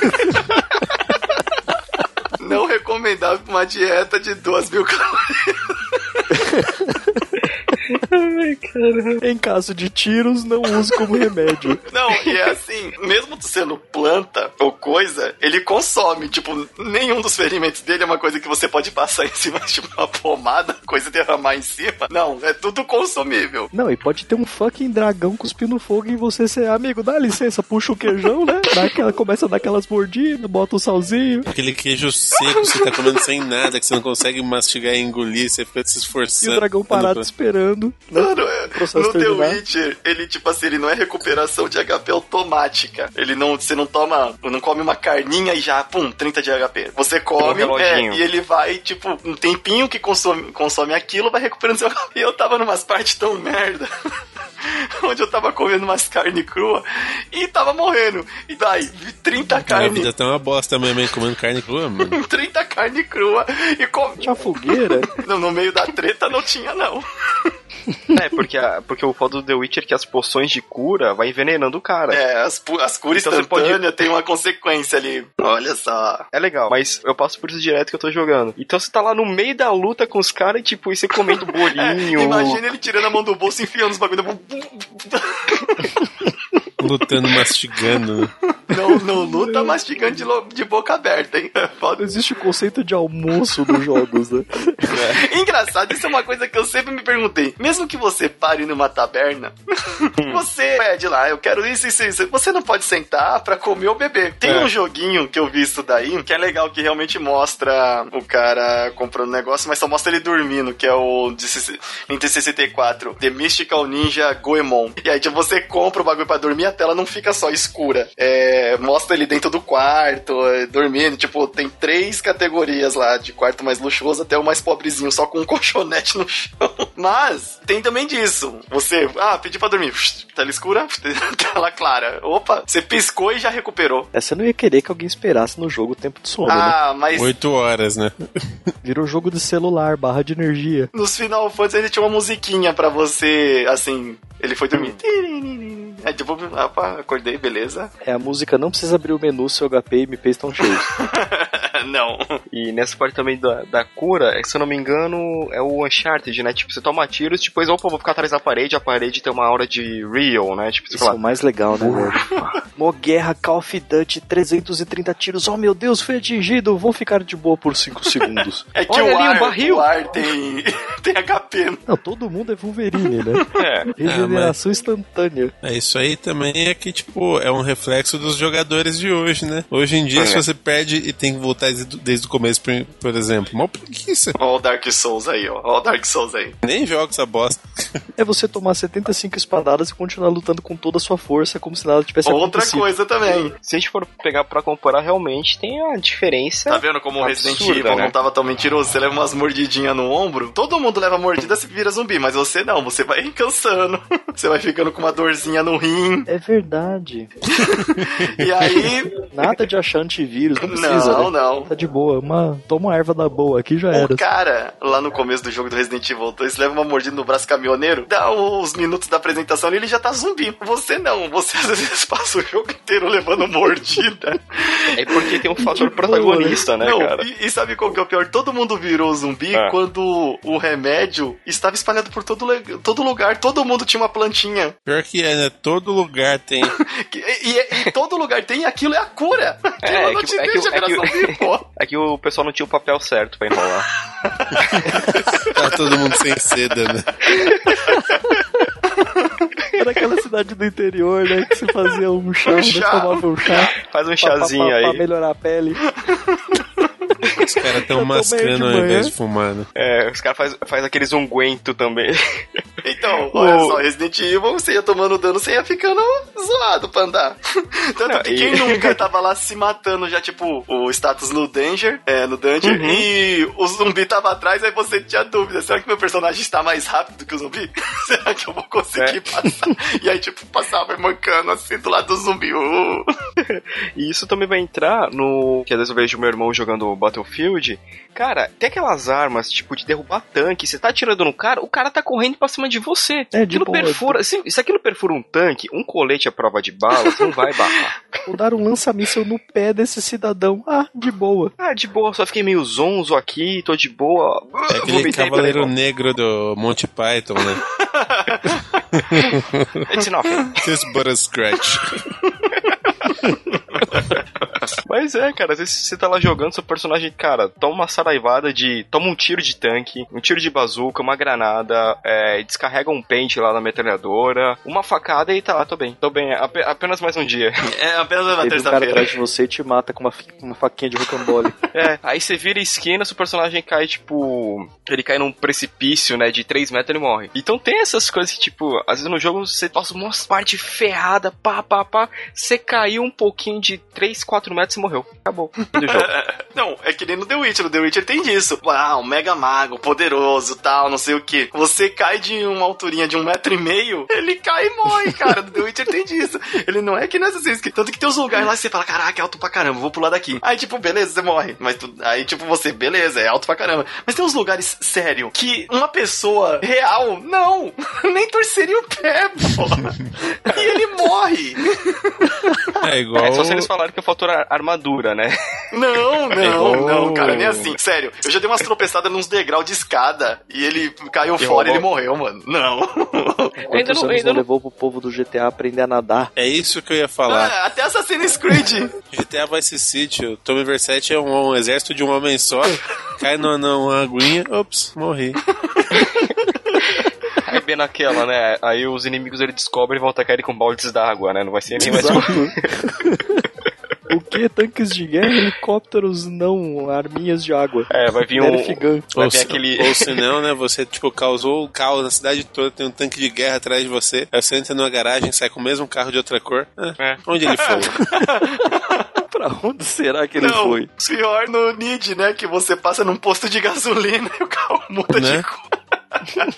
Speaker 1: <laughs> Não recomendável pra uma dieta de 2 mil calorias.
Speaker 4: Em caso de tiros, não use como remédio.
Speaker 1: Não, e é assim, mesmo tu sendo planta ou coisa, ele consome. Tipo, nenhum dos ferimentos dele é uma coisa que você pode passar <laughs> em cima, tipo uma pomada, coisa e derramar em cima. Não, é tudo consumível.
Speaker 4: Não, e pode ter um fucking dragão cuspindo fogo e você ser amigo, dá licença, puxa o queijão, né? Dá aquela, começa a dar aquelas mordidas, bota o salzinho.
Speaker 2: Aquele queijo seco que você tá comendo sem nada, que você não consegue mastigar e engolir, você fica se
Speaker 4: E
Speaker 2: esforçando.
Speaker 4: o dragão parado esperando.
Speaker 1: Mano, é-
Speaker 4: Processo
Speaker 1: no The
Speaker 4: terminar.
Speaker 1: Witcher, ele, tipo assim, ele não é recuperação de HP automática. Ele não, você não toma, não come uma carninha e já, pum, 30 de HP. Você come,
Speaker 3: Toma um
Speaker 1: é,
Speaker 3: reloginho.
Speaker 1: e ele vai, tipo, um tempinho que consome, consome aquilo, vai recuperando seu HP. E eu tava numas partes tão merda. <laughs> Onde eu tava comendo umas carne crua e tava morrendo. E daí, 30
Speaker 2: Minha
Speaker 1: carne, <laughs>
Speaker 2: vida tá uma bosta mesmo, hein? Comendo carne crua, mano.
Speaker 1: 30 carne crua e com... tipo,
Speaker 4: Tinha fogueira.
Speaker 1: no, no meio da treta não tinha, não.
Speaker 3: É, porque, a- porque o foda do The Witcher é que as poções de cura vai envenenando o cara.
Speaker 1: É, as, pu- as curas
Speaker 3: Então você pode-
Speaker 1: instantâneas tem uma consequência ali. Olha só.
Speaker 3: É legal, mas eu passo por isso direto que eu tô jogando. Então você tá lá no meio da luta com os caras e, tipo, e você
Speaker 1: <laughs>
Speaker 3: comendo bolinho.
Speaker 1: É, Imagina ele tirando a mão do bolso e enfiando os bagulho.
Speaker 2: Lutando,
Speaker 4: <laughs>
Speaker 2: mastigando.
Speaker 1: Não, não luta mastigando de, lo- de boca aberta, hein? <laughs> Foda
Speaker 4: Existe o conceito de almoço nos jogos, né?
Speaker 1: <laughs> Engraçado, isso é uma coisa que eu sempre me perguntei. Mesmo que você pare numa taberna, <laughs> você pede lá, eu quero isso, isso, isso. Você não pode sentar pra comer ou beber. Tem
Speaker 2: É.
Speaker 1: um joguinho que eu vi isso daí, que é legal, que realmente mostra o cara comprando negócio, mas só mostra ele dormindo, que é o de CC Nintendo 64, The Mystical Ninja Goemon. E aí, tipo, você compra o bagulho pra dormir, a tela não fica só escura. É, mostra ele dentro do quarto, é, dormindo. Tipo, tem três categorias lá, de quarto mais luxuoso até o mais pobrezinho, só com um <laughs> colchonete no chão. Mas, tem também disso. Você, ah, pedi pra dormir. <laughs> Tela escura, tela clara. Opa, você piscou e já recuperou.
Speaker 4: É, você não ia querer que alguém esperasse no jogo o tempo de sono, né?
Speaker 1: Ah, mas...
Speaker 2: Oito horas, né?
Speaker 4: Virou jogo de celular, barra de energia.
Speaker 1: Nos Final Fantasy ele tinha uma musiquinha pra você, assim, ele foi dormir. Aí tipo, opa, acordei, beleza. <laughs>
Speaker 4: É, a música não precisa abrir o menu, seu HP e MP estão cheios.
Speaker 1: Não.
Speaker 3: E nessa parte também da, da cura, é que, se eu não me engano, é o Uncharted, né? Tipo, você toma tiros, depois, opa, vou ficar atrás da parede, a parede tem uma aura de real, né? Tipo, sei
Speaker 4: Isso é o
Speaker 3: lá.
Speaker 4: mais legal, né, velho? Mó guerra, Call of Duty, 330 tiros. Oh, meu Deus, fui atingido. Vou ficar de boa
Speaker 1: <laughs>
Speaker 4: por 5 segundos.
Speaker 1: É que
Speaker 3: Olha
Speaker 1: o,
Speaker 3: ali, um
Speaker 1: ar,
Speaker 3: barril.
Speaker 1: o ar tem, <laughs> tem HP.
Speaker 4: Não, todo mundo é Wolverine, né?
Speaker 3: É.
Speaker 4: Regeneração instantânea.
Speaker 2: É, isso aí também é que, tipo, é um reflexo dos jogadores de hoje, né? Hoje em dia,
Speaker 3: É.
Speaker 2: se você perde e tem que voltar desde, desde o começo, por, por exemplo, mó preguiça.
Speaker 1: Ó o Dark Souls aí, ó. Ó o Dark Souls aí.
Speaker 2: Nem joga essa bosta.
Speaker 4: É você tomar 75 espadadas e continuar lutando com toda a sua força, como se nada tivesse
Speaker 1: Outra
Speaker 4: acontecido.
Speaker 1: coisa também.
Speaker 3: Se a gente for pegar pra comparar, realmente tem a diferença.
Speaker 1: Tá vendo como o Resident
Speaker 3: Absurda,
Speaker 1: Evil
Speaker 3: né?
Speaker 1: não tava tão mentiroso? Você leva umas mordidinhas no ombro, todo mundo leva mordida, você vira zumbi, mas você não, você vai cansando. <laughs> Você vai ficando com uma dorzinha no rim.
Speaker 4: É verdade.
Speaker 1: E aí.
Speaker 4: Nada de achar antivírus, não precisa.
Speaker 1: Não,
Speaker 4: né?
Speaker 1: não.
Speaker 4: Tá de boa, uma... toma uma erva da boa aqui já era.
Speaker 1: O cara, lá no começo do jogo do Resident Evil 2, leva uma mordida no braço caminhoneiro, dá os minutos da apresentação e ele já tá zumbi. Você não, você às vezes <laughs> passa o jogo inteiro levando mordida.
Speaker 3: É porque
Speaker 1: <laughs>
Speaker 3: tem um fator protagonista, né,
Speaker 1: não,
Speaker 3: cara?
Speaker 1: E, e sabe qual que é o pior? Todo mundo virou zumbi
Speaker 3: É.
Speaker 1: quando o remédio estava espalhado por todo, le- todo lugar, todo mundo tinha uma plantinha.
Speaker 2: Pior que é, né? Todo lugar tem.
Speaker 1: E, e- e todo lugar tem, e aquilo é a cura. <laughs> Aquilo
Speaker 3: é
Speaker 1: não
Speaker 3: que-
Speaker 1: te
Speaker 3: é que-
Speaker 1: deixa
Speaker 3: é
Speaker 1: virar
Speaker 3: que-
Speaker 1: zumbi, <laughs> pô.
Speaker 3: É que o pessoal não tinha o papel certo pra enrolar.
Speaker 2: Tá todo mundo sem seda, né?
Speaker 4: Era aquela cidade do interior, né? Que se fazia um chá,
Speaker 1: Um
Speaker 4: né,
Speaker 1: chá.
Speaker 4: tomava um chá.
Speaker 1: <laughs>
Speaker 3: Faz um
Speaker 4: pra- pra-
Speaker 3: chazinho
Speaker 4: pra, pra
Speaker 3: aí.
Speaker 4: melhorar a pele.
Speaker 2: Os caras
Speaker 4: Eu
Speaker 2: tão
Speaker 4: tô meio de
Speaker 2: mascando ao
Speaker 4: manhã.
Speaker 2: invés de fumar, né?
Speaker 3: É, os caras faz, faz aqueles unguento também.
Speaker 1: Então, olha
Speaker 3: O-
Speaker 1: só, Resident Evil, você ia tomando dano, você ia ficando zoado pra
Speaker 3: <laughs>
Speaker 1: andar. Tanto
Speaker 3: Não,
Speaker 1: que
Speaker 3: e-
Speaker 1: quem
Speaker 3: <laughs>
Speaker 1: nunca tava lá se matando já, tipo, o status no Danger, é, no Danger,
Speaker 3: Uhum.
Speaker 1: e o zumbi tava atrás, aí você tinha dúvida, será que meu personagem está mais rápido que o zumbi? <laughs> será que eu vou conseguir
Speaker 3: É.
Speaker 1: passar? E aí, tipo, passava mancando assim do lado do zumbi. Uh.
Speaker 3: E isso também vai entrar no. Que às vezes eu vejo meu irmão jogando Battlefield. Cara, tem aquelas armas, tipo, de derrubar tanque. Você tá atirando no cara, o cara tá correndo pra cima de você.
Speaker 4: É, de
Speaker 3: aquilo
Speaker 4: boa.
Speaker 3: perfura. Se, se aquilo perfura um tanque, um colete à prova de bala, você não vai
Speaker 4: <laughs>
Speaker 3: barrar.
Speaker 4: Vou dar um lança-míssel no pé desse cidadão. Ah, de boa.
Speaker 3: Ah, de boa, só fiquei meio zonzo aqui, tô de boa.
Speaker 2: É aquele
Speaker 3: Vomitei,
Speaker 2: cavaleiro
Speaker 3: peraí,
Speaker 2: negro do Monty Python, né?
Speaker 3: bom. It's enough.
Speaker 2: This but a scratch.
Speaker 3: Mas é, cara, às vezes você tá lá jogando, seu personagem, cara, toma uma saraivada de. toma um tiro de tanque, um tiro de bazuca, uma granada, é, descarrega um pente lá na metralhadora, uma facada e tá lá, tô bem, tô bem, ape- apenas mais um dia. <laughs>
Speaker 1: É apenas na
Speaker 4: Teve um cara
Speaker 1: terça-feira.
Speaker 4: atrás de você e te mata com uma, fi- uma faquinha
Speaker 3: <laughs>
Speaker 4: de rocambole.
Speaker 3: É, aí você vira a esquina, seu personagem cai, tipo. ele cai num precipício, né, de 3 metros ele morre. Então tem essas coisas que, tipo, às vezes no jogo você passa umas partes ferrada, pá, pá, pá, você caiu um pouquinho de 3, 4 4 metros e morreu. Acabou. Fim do jogo.
Speaker 1: <laughs> Não, é que nem no The Witcher. No The Witcher tem disso. Ah, um mega mago, poderoso, tal, não sei o que. Você cai de uma alturinha de um metro e meio, ele cai e morre, cara. No The Witcher tem disso. Ele não é que nessa Creed. Tanto que tem uns lugares lá que você fala, caraca, é alto pra caramba, vou pular daqui. Aí, tipo, beleza, você morre. Mas tu- aí, tipo, você, beleza, é alto pra caramba. Mas tem uns lugares, sério, que uma pessoa real, não, <laughs> nem torceria o pé, pô. e ele morre.
Speaker 2: É igual.
Speaker 3: É, só se eles falaram que eu faltou a armadura, né?
Speaker 1: Não, não,
Speaker 2: Oh.
Speaker 1: não, cara, nem assim. Sério, eu já dei umas tropeçadas nos degraus de escada e ele caiu fora e ele morreu, mano. Não.
Speaker 3: Ainda
Speaker 4: Quantos
Speaker 3: não,
Speaker 4: anos
Speaker 3: ainda
Speaker 4: não
Speaker 3: não.
Speaker 4: levou pro povo do GTA aprender a nadar?
Speaker 2: É isso que eu ia falar.
Speaker 1: Ah, até Assassin's Creed.
Speaker 2: GTA Vice City, o Tommy Versetti é um, um exército de um homem só, cai numa, numa aguinha, ops, morri.
Speaker 3: Aí bem naquela, né? Aí os inimigos ele descobrem e volta a cair com baldes d'água, né? Não vai ser nem mais um.
Speaker 4: o que? Tanques de guerra, helicópteros, não, arminhas de água.
Speaker 3: É, vai vir um.
Speaker 4: Nerf gun.
Speaker 3: Vai
Speaker 2: Ou
Speaker 3: vir
Speaker 2: se,
Speaker 3: aquele.
Speaker 2: <laughs> ou se não, né, você, tipo, causou o caos na cidade toda, tem um tanque de guerra atrás de você, aí você entra numa garagem, sai com o mesmo carro de outra cor, Ah,
Speaker 3: É.
Speaker 2: onde ele foi?
Speaker 4: Pra onde será que <laughs> ele
Speaker 1: Não,
Speaker 4: foi?
Speaker 1: pior no Need, né? Que você passa num posto de gasolina e o carro muda
Speaker 2: Né?
Speaker 1: de cor.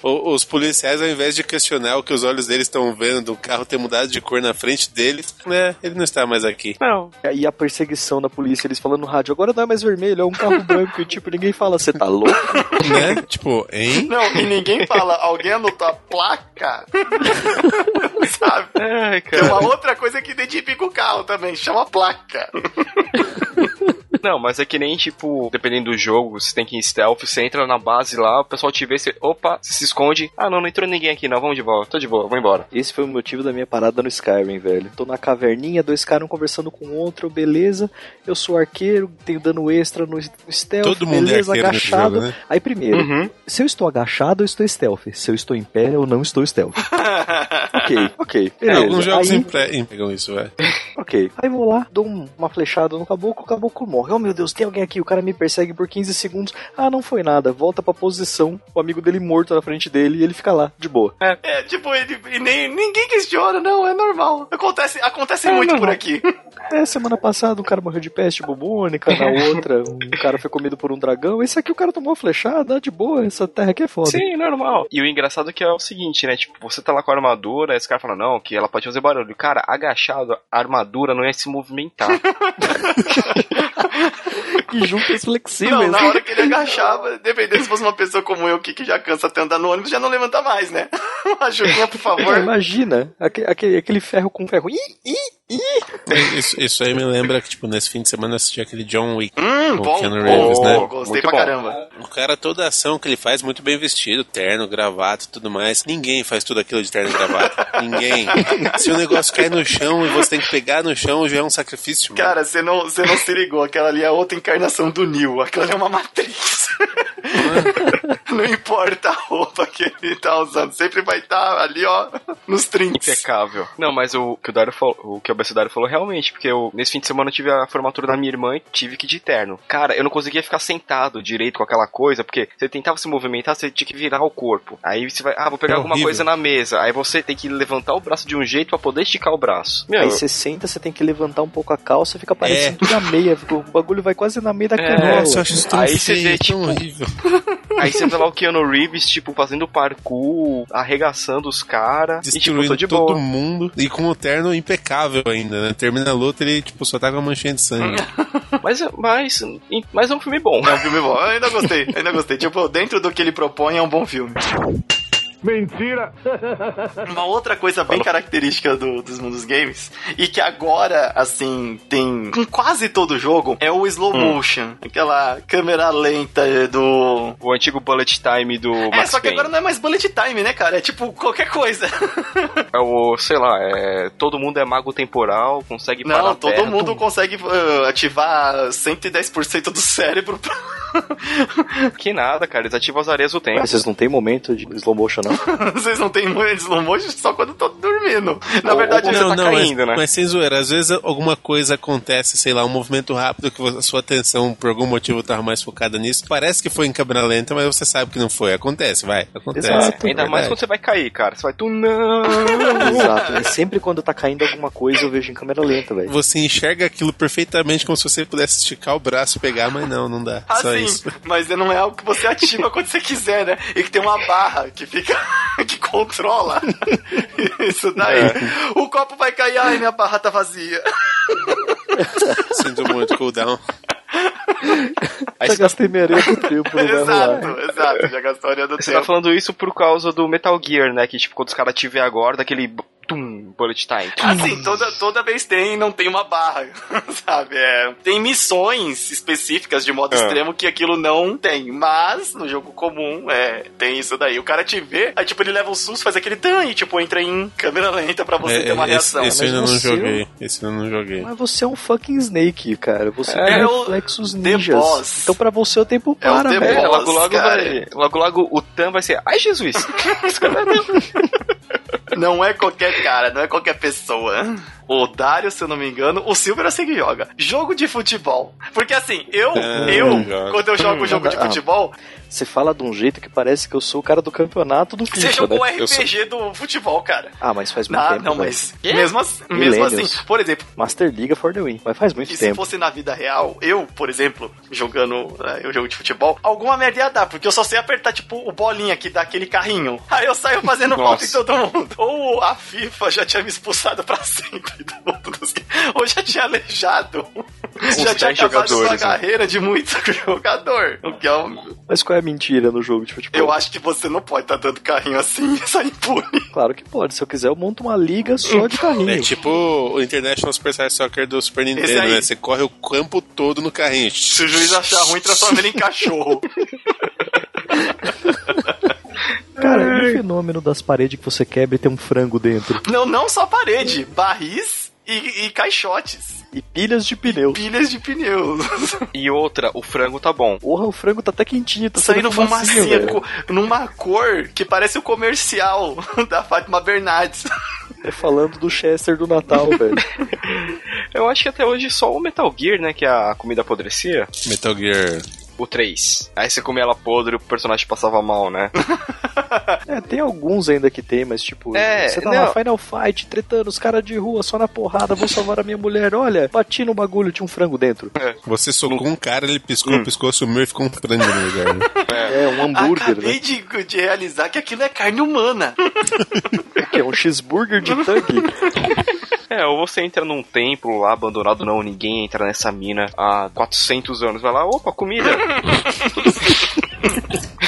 Speaker 2: O- os policiais, ao invés de questionar o que os olhos deles estão vendo, do carro ter mudado de cor na frente deles, né, ele não está mais aqui.
Speaker 3: Não.
Speaker 4: E a perseguição da polícia, eles falando no rádio, agora não é mais vermelho, é um carro <laughs> branco. E tipo, ninguém fala, você tá louco?
Speaker 2: né, tipo, hein?
Speaker 1: Não, e ninguém fala, alguém anotou a placa? <laughs> Sabe?
Speaker 3: Ai,
Speaker 1: Tem
Speaker 3: é, cara.
Speaker 1: uma outra coisa que identifica o carro também, chama placa.
Speaker 3: Não, mas é que nem, tipo, dependendo do jogo, você tem que ir em stealth, você entra na base lá, o pessoal te vê, você. Opa, você se esconde. Ah, não, não entrou ninguém aqui, não. Vamos de boa. Tô de boa, vou embora.
Speaker 4: Esse foi o motivo da minha parada no Skyrim, velho. Tô na caverninha, dois caras um conversando com o outro, beleza. Eu sou arqueiro, tenho dano extra no stealth,
Speaker 2: Todo mundo é
Speaker 4: beleza,
Speaker 2: arqueiro nesse
Speaker 4: agachado.
Speaker 2: jogo, né?
Speaker 4: Aí primeiro,
Speaker 3: Uhum.
Speaker 4: se eu estou agachado, eu estou stealth. Se eu estou em pé, eu não estou stealth. ok, ok.
Speaker 2: É,
Speaker 4: Beleza.
Speaker 2: alguns jogos
Speaker 4: Aí-
Speaker 2: impre- empregam isso, é. velho.
Speaker 4: Ok. Aí vou lá, dou um- uma flechada no caboclo, o caboclo morre. Oh meu Deus, tem alguém aqui, o cara me persegue por 15 segundos. Ah, não foi nada. Volta pra posição, o amigo dele morto na frente dele e ele fica lá, de boa.
Speaker 1: É, tipo, ele, e nem, ninguém questiona, não, é normal. Acontece, acontece
Speaker 4: É
Speaker 1: muito por
Speaker 4: normal.
Speaker 1: aqui.
Speaker 4: É, semana passada um cara morreu de peste
Speaker 3: <laughs>
Speaker 4: bubônica, na outra um cara foi comido por um dragão. Esse aqui o cara tomou uma flechada, ah, de boa, essa terra aqui é foda.
Speaker 3: Sim, normal. E o engraçado que é o seguinte, né? Tipo, você tá lá com a armadura, esse cara fala, não, que ela pode fazer barulho. Cara, agachado, a armadura não ia se movimentar.
Speaker 4: Que juntas flexíveis.
Speaker 1: Não, na hora que ele agachava, dependendo se fosse uma pessoa como eu que, que já cansa até andar no ônibus, já não levanta mais, né? <laughs> Uma ajudinha, por
Speaker 4: Pô,
Speaker 1: favor.
Speaker 4: Imagina, aque- aquele, aquele ferro com ferro. Ih, ih,
Speaker 2: Isso, isso aí me lembra que, tipo, nesse fim de semana eu assisti aquele John Wick.
Speaker 1: Hum,
Speaker 2: Com
Speaker 1: bom,
Speaker 2: Keanu
Speaker 1: bom,
Speaker 2: Reeves, né?
Speaker 1: gostei
Speaker 3: Muito
Speaker 1: pra
Speaker 3: bom.
Speaker 1: caramba.
Speaker 2: O cara, toda a ação que ele faz, muito bem vestido, terno, gravata e tudo mais. Ninguém faz tudo aquilo de terno e
Speaker 3: <laughs>
Speaker 2: gravata. Ninguém. Se o negócio cai no chão e você tem que pegar no chão, já é um sacrifício. mano.
Speaker 1: Cara, você não, você não se ligou, aquela ali é outra encarnação do Neo, aquela ali é uma matriz. <laughs> não importa a roupa que ele tá usando, sempre vai estar ali, ó, nos trinques.
Speaker 3: Impecável. Não, mas o que o Dário falou, o que o Alberto Dário falou realmente, porque eu, nesse fim de semana eu tive a formatura da minha irmã e tive que ir de terno. Cara, eu não conseguia ficar sentado direito com aquela coisa, porque você tentava se movimentar, você tinha que virar o corpo. Aí você vai, ah, vou pegar
Speaker 2: É
Speaker 3: alguma
Speaker 2: horrível.
Speaker 3: coisa na mesa. Aí você tem que levantar o braço de um jeito pra poder esticar o braço. Meu,
Speaker 4: Aí você senta, você tem que levantar um pouco a calça, fica parecendo da meia, fica- o bagulho vai quase na meia da
Speaker 3: É,
Speaker 4: canoa.
Speaker 2: Nossa, eu acho isso tão
Speaker 3: Aí você
Speaker 2: feio,
Speaker 3: vê,
Speaker 2: tão
Speaker 3: tipo,
Speaker 2: horrível.
Speaker 3: aí você vê
Speaker 2: <laughs>
Speaker 3: lá o Keanu Reeves, tipo, fazendo parkour, arregaçando os caras. E tipo, tô
Speaker 2: Destruindo
Speaker 3: de
Speaker 2: todo
Speaker 3: boa.
Speaker 2: mundo. E com o terno impecável ainda, né? Termina a luta, ele, tipo, só tá com a manchinha de sangue.
Speaker 3: Mas, mas, mas é um filme bom.
Speaker 1: É um filme bom, eu ainda gostei, ainda gostei. Tipo, dentro do que ele propõe, é um bom filme.
Speaker 5: Mentira!
Speaker 1: Uma outra coisa bem característica do- dos mundos games, e que agora, assim, tem em quase todo jogo, é o slow
Speaker 3: Hum.
Speaker 1: motion. Aquela câmera lenta eh, do.
Speaker 3: O antigo bullet time do
Speaker 1: É,
Speaker 3: Max
Speaker 1: só que
Speaker 3: Payne.
Speaker 1: agora não é mais bullet time, né, cara? É tipo qualquer coisa.
Speaker 3: É o, sei lá, é, todo mundo é mago temporal,
Speaker 1: <laughs>
Speaker 3: consegue parar
Speaker 1: Não, todo
Speaker 3: perto.
Speaker 1: mundo consegue eh, ativar 110% do cérebro pra <laughs>
Speaker 3: Que nada, cara, eles ativam as areias do
Speaker 4: Ah,
Speaker 3: tempo.
Speaker 4: vocês não tem momento de slow motion,
Speaker 3: <laughs> não.
Speaker 1: Vocês não têm muito slow motion só quando eu tô dormindo. Na
Speaker 3: Ou-
Speaker 1: verdade,
Speaker 3: ou
Speaker 1: eu-
Speaker 3: você tá caindo,
Speaker 2: mas,
Speaker 3: né?
Speaker 2: mas sem zoeira, às vezes alguma coisa acontece, sei lá, um movimento rápido que a sua atenção, por algum motivo, tava mais focada nisso. Parece que foi em câmera lenta, mas você sabe que não foi. Acontece, vai. Acontece.
Speaker 4: Exato.
Speaker 2: é
Speaker 3: Ainda mais
Speaker 2: verdade.
Speaker 3: quando você vai cair, cara. Você vai, tu não.
Speaker 4: Exato. E sempre quando tá caindo alguma coisa, eu vejo em câmera lenta, velho.
Speaker 2: Você enxerga aquilo perfeitamente como se você pudesse esticar o braço e pegar, mas não, não dá. Só
Speaker 1: Assim,
Speaker 2: isso.
Speaker 1: <laughs> mas não é algo que você ativa <laughs> quando você quiser, né? E que tem uma barra que fica. <laughs> que
Speaker 2: <laughs>
Speaker 1: controla. Isso daí.
Speaker 2: É.
Speaker 1: O copo vai cair, ai, minha barra tá vazia.
Speaker 2: Sinto muito cooldown.
Speaker 4: Já gastei minha areia por
Speaker 1: <laughs>
Speaker 4: tempo, não vai rolar.
Speaker 1: tá exato, exato. Já gastou a linha do
Speaker 3: Você tá
Speaker 1: tempo.
Speaker 3: falando isso por causa do Metal Gear, né? Que tipo, quando os caras tiver agora, daquele tum, bullet time.
Speaker 1: Assim, toda, toda vez tem não tem uma barra, <laughs> sabe? É, tem missões específicas de
Speaker 2: Ah.
Speaker 1: modo
Speaker 3: É.
Speaker 1: extremo que aquilo não tem. Mas no jogo comum, é, tem isso daí. O cara te vê, aí tipo, ele leva um susto, faz aquele tan e tipo, entra em câmera lenta pra você
Speaker 2: É,
Speaker 1: ter uma
Speaker 2: esse-
Speaker 1: reação.
Speaker 2: Esse, eu
Speaker 4: mas
Speaker 2: ainda não
Speaker 4: você-
Speaker 2: joguei. Esse eu ainda não joguei.
Speaker 4: Mas você é um fucking Snake, cara. Você
Speaker 3: É,
Speaker 4: tem
Speaker 1: é o
Speaker 4: reflexos
Speaker 1: The
Speaker 4: ninjas.
Speaker 1: Boss.
Speaker 4: Então pra você o tempo
Speaker 1: É o
Speaker 4: para,
Speaker 1: The
Speaker 4: velho.
Speaker 3: É,
Speaker 1: Nossa,
Speaker 3: logo logo,
Speaker 1: cara.
Speaker 3: vai, logo logo o Tan vai ser. Ai,
Speaker 1: <laughs>
Speaker 3: Jesus!
Speaker 1: Não é qualquer cara, não é qualquer pessoa. O Dario, se eu não me engano, o Silver eu sei que joga. Jogo de futebol. Porque assim, eu,
Speaker 2: Ah,
Speaker 1: eu,
Speaker 2: joga.
Speaker 1: quando eu jogo jogo de
Speaker 4: Ah.
Speaker 1: futebol,
Speaker 4: Você fala de um jeito que parece que eu sou o cara do campeonato do
Speaker 1: você
Speaker 4: FIFA,
Speaker 1: jogou o
Speaker 4: né?
Speaker 2: Eu sou-
Speaker 1: RPG do futebol, cara.
Speaker 4: Ah, mas faz muito
Speaker 1: um Ah,
Speaker 4: tempo.
Speaker 1: não,
Speaker 4: velho.
Speaker 1: mas mesmo, assim- mesmo assim,
Speaker 4: Millennials.
Speaker 1: por exemplo,
Speaker 4: Master League é for the win. Mas faz muito
Speaker 1: e se
Speaker 4: tempo.
Speaker 1: fosse na vida real, eu, por exemplo, jogando eh, eu jogo de futebol, alguma merda ia dar, porque eu só sei apertar, tipo, o bolinha que dá aquele carrinho. <laughs> Aí eu saio fazendo falta em
Speaker 3: Nossa.
Speaker 1: todo mundo. Ou a FIFA já tinha me expulsado pra sempre do mundo dos Ou já tinha aleijado. já tinha
Speaker 3: 10
Speaker 1: acabado sua
Speaker 3: jogadores, né?
Speaker 1: carreira de muito <laughs> jogador. O que é um...
Speaker 4: Mas qual é a mentira no jogo de futebol?
Speaker 1: Eu acho que você não pode estar dando carrinho assim <laughs> e sair impune.
Speaker 4: Claro que pode. Se eu quiser, eu monto uma liga só de carrinho.
Speaker 2: É tipo o International Superstar Soccer do Super Nintendo,
Speaker 1: aí.
Speaker 2: né? Você corre o campo todo no carrinho.
Speaker 1: Se o juiz achar ruim, transforma ele em cachorro.
Speaker 4: Cara, e o fenômeno das paredes que você quebra e tem um frango dentro?
Speaker 1: <laughs> Não, não só parede, barris e, e caixotes.
Speaker 4: E pilhas de pneu.
Speaker 1: Pilhas de pneus.
Speaker 3: E outra, o frango tá bom.
Speaker 4: Porra, o frango tá até quentinho, tá
Speaker 1: Saindo
Speaker 4: saindo fumacinha,
Speaker 1: fumacinha
Speaker 4: velho.
Speaker 1: co- numa cor que parece o comercial <laughs> da Fátima Bernardes.
Speaker 4: É falando do Chester do
Speaker 3: <laughs>
Speaker 4: Natal, velho.
Speaker 3: Eu acho que até hoje só o Metal Gear, né? Que a comida apodrecia.
Speaker 2: Metal Gear.
Speaker 3: O 3. Aí você comia ela podre o personagem passava mal, né?
Speaker 4: É, tem alguns ainda que tem, mas tipo,
Speaker 3: É,
Speaker 4: você tá lá,
Speaker 3: não.
Speaker 4: Final Fight, tretando os caras de rua, só na porrada, vou salvar a minha mulher, olha, bati no bagulho, tinha um frango dentro.
Speaker 2: Você socou um cara, ele piscou, piscou, sumiu e ficou um frango no lugar. né?
Speaker 4: É, um hambúrguer,
Speaker 1: Acabei
Speaker 4: né?
Speaker 1: de, de realizar que aquilo é carne humana.
Speaker 4: Que é um cheeseburger de tanque.
Speaker 3: <laughs> É, ou você entra num templo lá abandonado, não, ninguém entra nessa mina há 400 anos. Vai lá, opa, comida!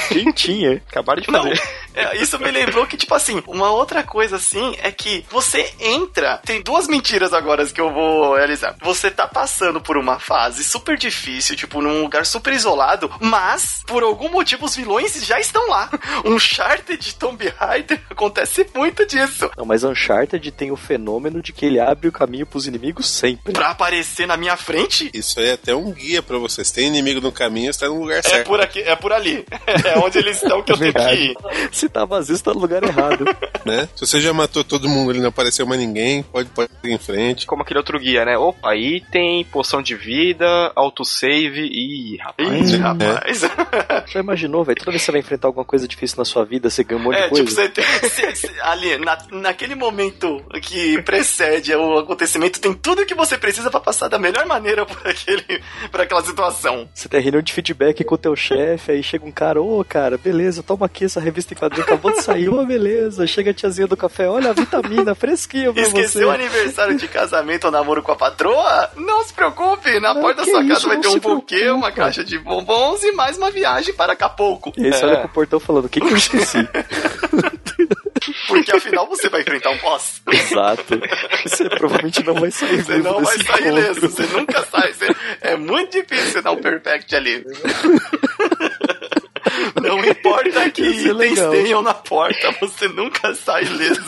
Speaker 4: Quentinha.
Speaker 3: Acabaram de
Speaker 1: Não,
Speaker 3: fazer.
Speaker 1: é, isso me lembrou que, tipo assim, uma outra coisa assim é que você entra. Tem duas mentiras agora que eu vou realizar. Você tá passando por uma fase super difícil, tipo, num lugar super isolado, mas por algum motivo os vilões já estão lá. Um charter de Tomb Raider <laughs> acontece muito disso.
Speaker 4: Não, mas Uncharted tem o fenômeno de que ele abre o caminho pros inimigos sempre.
Speaker 1: Pra aparecer na minha frente.
Speaker 2: <laughs> Isso aí é até um guia pra vocês. Tem inimigo no caminho, você tá no lugar
Speaker 1: É
Speaker 2: certo.
Speaker 1: por aqui, é por ali. <laughs> É onde eles estão que eu tenho que ir.
Speaker 4: Se tá vazio, você tá no lugar errado.
Speaker 2: né? Se você já matou todo mundo, ele não apareceu mais ninguém, pode, pode ir em frente.
Speaker 3: <laughs> Como aquele outro guia, né? Opa, item, poção de vida, autosave e.
Speaker 1: Ih,
Speaker 2: é.
Speaker 4: Hum, né?
Speaker 1: rapaz. <laughs>
Speaker 4: Já imaginou, velho? Toda vez que você vai enfrentar alguma coisa difícil na sua vida, você ganha um monte
Speaker 1: É,
Speaker 4: de coisa.
Speaker 1: tipo, você tem, <laughs> se- se- ali, na, naquele momento que precede o acontecimento, tem tudo que você precisa pra passar da melhor maneira por, aquele, por aquela situação.
Speaker 4: Você tem reunião de feedback com o teu chefe, aí chega um cara, ô cara, beleza, toma aqui essa revista em quadrinho, acabou de sair, ô beleza, chega a tiazinha do café, olha a vitamina fresquinha pra
Speaker 1: Esqueceu o
Speaker 4: você.
Speaker 1: aniversário de casamento ou namoro com a patroa? Não se preocupe, na
Speaker 4: Não,
Speaker 1: porta da
Speaker 4: que
Speaker 1: sua casa
Speaker 4: isso,
Speaker 1: vai
Speaker 4: não
Speaker 1: ter
Speaker 4: se
Speaker 1: um buquê,
Speaker 4: preocupa.
Speaker 1: uma caixa de bombons e mais uma viagem para Acapulco. É,
Speaker 4: E aí você olha pro portão falando, o que, que
Speaker 1: <laughs>
Speaker 4: eu esqueci?
Speaker 1: Porque afinal você vai enfrentar um boss.
Speaker 4: Exato. Você provavelmente não vai sair
Speaker 1: Você
Speaker 4: vivo
Speaker 1: não vai
Speaker 4: desse
Speaker 1: sair
Speaker 4: encontro.
Speaker 1: ileso, você nunca sai. você- É muito difícil dar um perfect
Speaker 4: <laughs>
Speaker 1: ali. Não importa que
Speaker 4: Ia ser
Speaker 1: itens
Speaker 4: é legal.
Speaker 1: tenham na porta, você nunca sai ileso.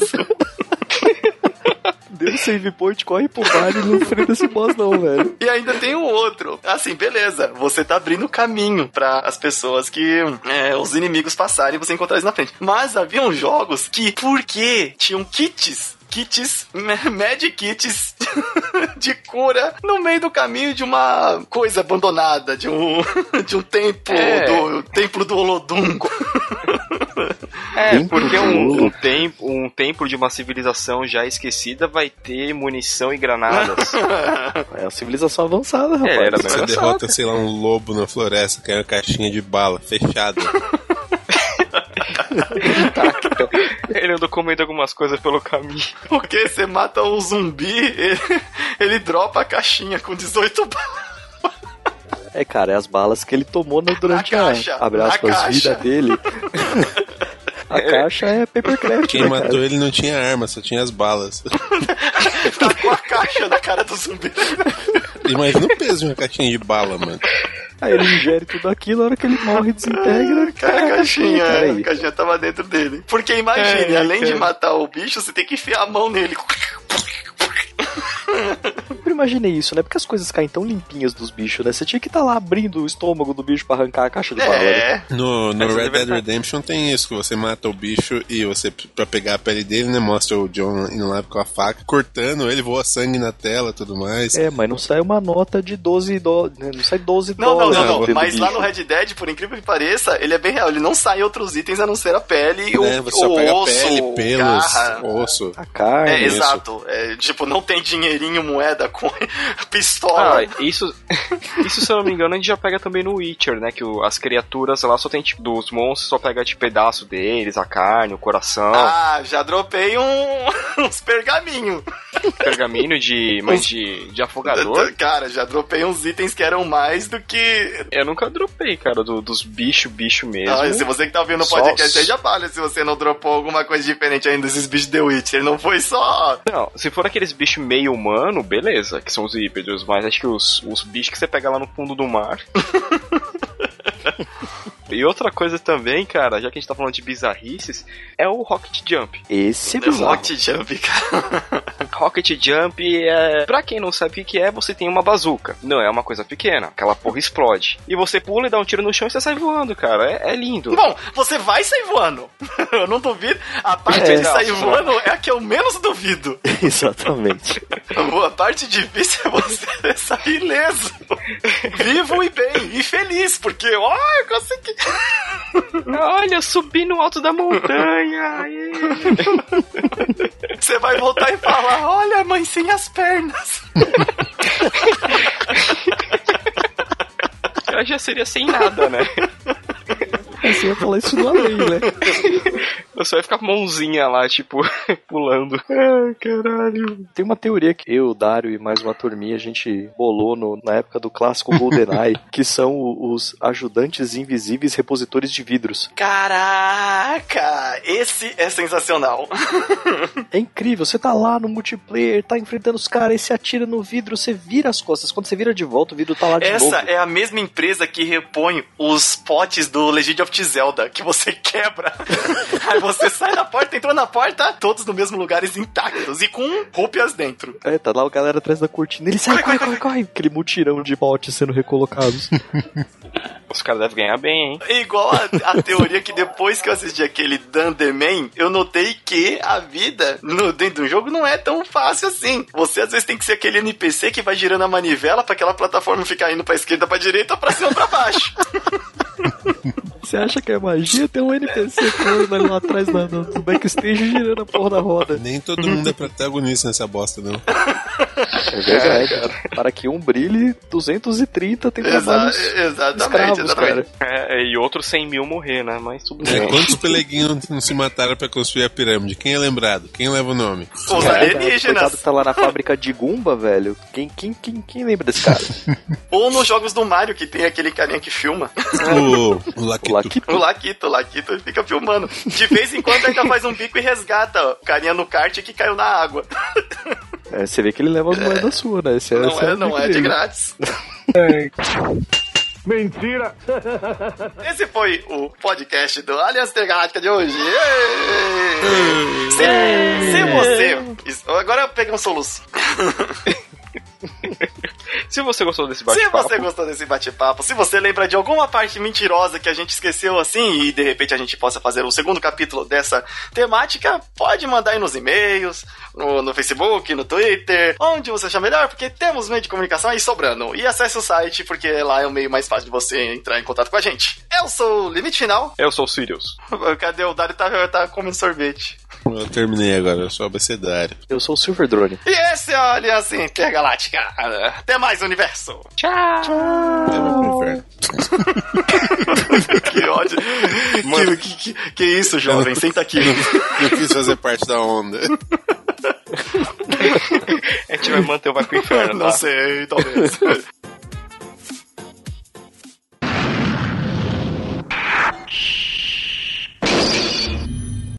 Speaker 4: perdeu o um save point, corre pro vale e não enfrenta esse boss, não, velho.
Speaker 1: E ainda tem o outro. Assim, beleza. Você tá abrindo caminho pra as pessoas que é, os inimigos passarem e você encontrar eles na frente. Mas haviam jogos que, porque tinham kits kits, med kits <laughs> de cura no meio do caminho de uma coisa abandonada, de um <laughs> de um templo
Speaker 3: É.
Speaker 1: do templo do Olodum.
Speaker 3: É,
Speaker 6: Templo
Speaker 3: porque
Speaker 6: do
Speaker 3: um,
Speaker 6: Ouro.
Speaker 3: um, tempo, um templo de uma civilização já esquecida vai ter munição e granadas.
Speaker 4: É uma civilização avançada, rapaz.
Speaker 3: É, era bem
Speaker 2: Você
Speaker 3: engraçado.
Speaker 2: derrota, sei lá, um lobo na floresta, que é uma caixinha de bala, fechada.
Speaker 3: <laughs> Ele andou comendo algumas coisas pelo caminho.
Speaker 1: <laughs> Porque você mata um zumbi, ele, ele dropa a caixinha com 18 balas.
Speaker 4: É, cara, é as balas que ele tomou no- durante
Speaker 1: Na
Speaker 4: a,
Speaker 1: caixa,
Speaker 4: abre
Speaker 1: na
Speaker 4: aspas,
Speaker 1: caixa.
Speaker 4: vida
Speaker 1: <laughs>
Speaker 4: dele. a caixa é papercraft,
Speaker 2: Quem
Speaker 4: né, cara?
Speaker 2: matou ele não tinha arma, só tinha as balas.
Speaker 1: Tacou tá a caixa na cara do zumbi.
Speaker 2: Imagina o peso de uma caixinha de bala, mano.
Speaker 4: Aí ele ingere tudo aquilo, a hora que ele morre, desintegra.
Speaker 1: Cara, É, a caixinha, é,
Speaker 4: cara,
Speaker 1: a
Speaker 4: aí.
Speaker 1: caixinha tava dentro dele. Porque imagine,
Speaker 3: É,
Speaker 1: além de
Speaker 3: cara.
Speaker 1: matar o bicho, você tem que enfiar a mão
Speaker 2: <laughs>
Speaker 1: nele.
Speaker 4: sempre imaginei isso, né? Porque as coisas caem tão limpinhas dos bichos, né? Você tinha que estar lá abrindo o estômago do bicho pra arrancar a caixa de bala. né?
Speaker 1: É,
Speaker 2: No, no
Speaker 3: Essa é
Speaker 2: Red Dead
Speaker 3: verdade.
Speaker 2: Redemption tem isso, que você mata o bicho e você, pra pegar a pele dele, né, mostra o John indo lá com a faca, cortando ele, voa sangue na tela e tudo mais.
Speaker 4: É, mas não sai uma nota de 12 dólares. Não sai 12
Speaker 1: Não, não,
Speaker 4: dólares.
Speaker 1: não,
Speaker 2: Não,
Speaker 1: não.
Speaker 4: do
Speaker 1: Mas lá
Speaker 4: bicho.
Speaker 1: no Red Dead, por incrível que pareça, ele é bem real. Ele não sai outros itens a não ser a pele e o,
Speaker 2: né, você só pega
Speaker 1: o osso,
Speaker 2: pele, pelos,
Speaker 1: garra.
Speaker 2: osso.
Speaker 4: A carne.
Speaker 1: É,
Speaker 2: isso.
Speaker 1: exato. É, tipo, não tem dinheirinho, moeda, <laughs> coin, pistola.
Speaker 3: <laughs> Ah, isso, isso, se eu não me engano, a gente já pega também no Witcher, né? Que o- as criaturas lá só tem, tipo, dos monstros só pega, tipo, pedaço deles, a carne, o coração,
Speaker 1: Ah, já dropei um, <laughs> uns pergaminhos.
Speaker 3: pergaminho de, mas de,
Speaker 1: <laughs>
Speaker 3: de
Speaker 2: Tá
Speaker 3: afogador.
Speaker 1: Cara, já dropei uns itens que eram mais do que.
Speaker 3: Eu nunca dropei, cara, do- dos bicho, bicho mesmo.
Speaker 1: Ah, se você que tá ouvindo o
Speaker 3: Só-
Speaker 1: podcast, aí já vale se você não dropou alguma coisa diferente ainda desses bichos The Witcher. Não foi só.
Speaker 3: Não, se for aqueles bichos meio humano, beleza, que são os híbridos, mas acho que os, os bichos que você pega lá no fundo do
Speaker 4: <laughs>
Speaker 3: mar. e outra coisa também, cara, já que a gente tá falando de bizarrices, é o Rocket Jump.
Speaker 4: Esse é bizarro.
Speaker 1: Rocket Jump, cara.
Speaker 3: Rocket Um Jump é. Pra quem não sabe o que que é, você tem uma bazuca. Não é uma coisa pequena, aquela porra explode. E você pula e dá um tiro no chão e você sai voando, cara. É, é lindo.
Speaker 1: Bom, você vai sair voando. <laughs> Eu não duvido. A parte
Speaker 4: É,
Speaker 1: de sair
Speaker 3: exato.
Speaker 1: voando é a que eu menos duvido.
Speaker 4: Exatamente.
Speaker 1: <laughs> A parte difícil é você <laughs> sair ileso. Vivo e bem. E feliz, porque, ó, eu consegui.
Speaker 3: Olha, subi no alto da montanha. aê.
Speaker 1: Você vai voltar e falar: Olha, mãe, sem as pernas.
Speaker 3: Ela já seria sem nada, né?
Speaker 4: Você ia falar isso do além, né?
Speaker 3: <laughs> Eu só ia ficar com a mãozinha lá, tipo, <laughs> pulando. Ai, caralho.
Speaker 4: Tem uma teoria que eu, o Dário e mais uma turminha, a gente bolou no- na época do
Speaker 3: <laughs>
Speaker 4: clássico GoldenEye, que são o- os ajudantes invisíveis repositores de vidros.
Speaker 1: Caraca, esse é sensacional.
Speaker 4: É incrível, você tá lá no multiplayer, tá enfrentando os caras, aí você atira no vidro, você vira as costas. Quando você vira de volta, o vidro tá lá de novo.
Speaker 1: Essa é a mesma empresa que repõe os potes do Legend of Zelda, que você <laughs> quebra. Aí você sai da porta, entrou na porta, todos no mesmo lugares intactos e com roupas dentro.
Speaker 4: É, tá lá o galera atrás da cortina. Ele sai, corre, corre, corre. Aquele mutirão de potes sendo recolocados.
Speaker 3: Os caras devem ganhar bem, hein?
Speaker 1: É igual a, a teoria que depois que eu assisti aquele Dunderman, eu notei que a vida no, dentro do jogo não é tão fácil assim. Você às vezes tem que ser aquele NPC que vai girando a manivela pra aquela plataforma ficar indo pra esquerda, pra direita, pra cima, pra
Speaker 4: <laughs>
Speaker 1: baixo.
Speaker 4: <laughs> Você acha que é magia? Tem um NPC corno ali lá atrás na- no, no backstage girando a porra da roda.
Speaker 2: Nem todo mundo é protagonista nessa bosta, não.
Speaker 4: É verdade. Para que um brilhe, 230 tem
Speaker 1: Exa-
Speaker 4: trabalhos
Speaker 1: exatamente,
Speaker 4: É, escravos,
Speaker 1: exatamente.
Speaker 4: cara.
Speaker 3: É, e outros 100 mil morrer, né? Mas tudo
Speaker 2: É,
Speaker 3: bem.
Speaker 2: quantos peleguinhos não se mataram pra construir a pirâmide? Quem é lembrado? Quem leva o nome?
Speaker 1: Os
Speaker 4: É, Coitado
Speaker 1: alienígenas.
Speaker 4: que tá lá na fábrica de Gumba, velho. Quem, quem, quem, quem lembra desse <laughs> cara?
Speaker 1: Ou nos jogos do Mario, que tem aquele carinha que filma.
Speaker 2: O, o
Speaker 4: O
Speaker 2: Lakitu.
Speaker 4: Laquito.
Speaker 1: <laughs> O Laquito, o Laquito ele fica filmando. De vez em quando ainda faz um bico e resgata o carinha no kart que caiu na água.
Speaker 4: É, você vê que ele leva as moedas suas, né? Esse
Speaker 1: Não
Speaker 4: esse
Speaker 1: é, não é de
Speaker 4: incrível.
Speaker 1: grátis.
Speaker 5: Mentira!
Speaker 1: Esse foi o podcast do Aliança Intergaláctica de hoje. Êêê! Se, se você. Isso- agora eu peguei um soluço.
Speaker 3: É. Se você gostou desse
Speaker 1: Se
Speaker 3: bate-papo,
Speaker 1: você gostou desse bate-papo, se você lembra de alguma parte mentirosa que a gente esqueceu assim e de repente a gente possa fazer o segundo capítulo dessa temática, pode mandar aí nos e-mails, no, no Facebook, no Twitter, onde você achar melhor, porque temos meio de comunicação aí sobrando. E acesse o site, porque lá é o meio mais fácil de você entrar em contato com a gente. Eu sou o Limite Final. <laughs>
Speaker 3: eu sou o Sirius.
Speaker 1: Cadê o Dário? Tá, tá comendo sorvete.
Speaker 2: Eu terminei agora, eu sou abecedário.
Speaker 4: Eu sou o Silver Drone.
Speaker 1: E esse é a Aliança Intergaláctica. Até mais, universo.
Speaker 2: Leva pro inferno.
Speaker 1: Que ódio.
Speaker 2: Mano.
Speaker 1: <laughs> Que, que, que, que isso, jovem? Senta aqui.
Speaker 2: Eu quis fazer parte da onda.
Speaker 1: <laughs>
Speaker 3: <laughs> A gente vai manter o Vai pro Inferno, tá?
Speaker 1: Não sei, talvez.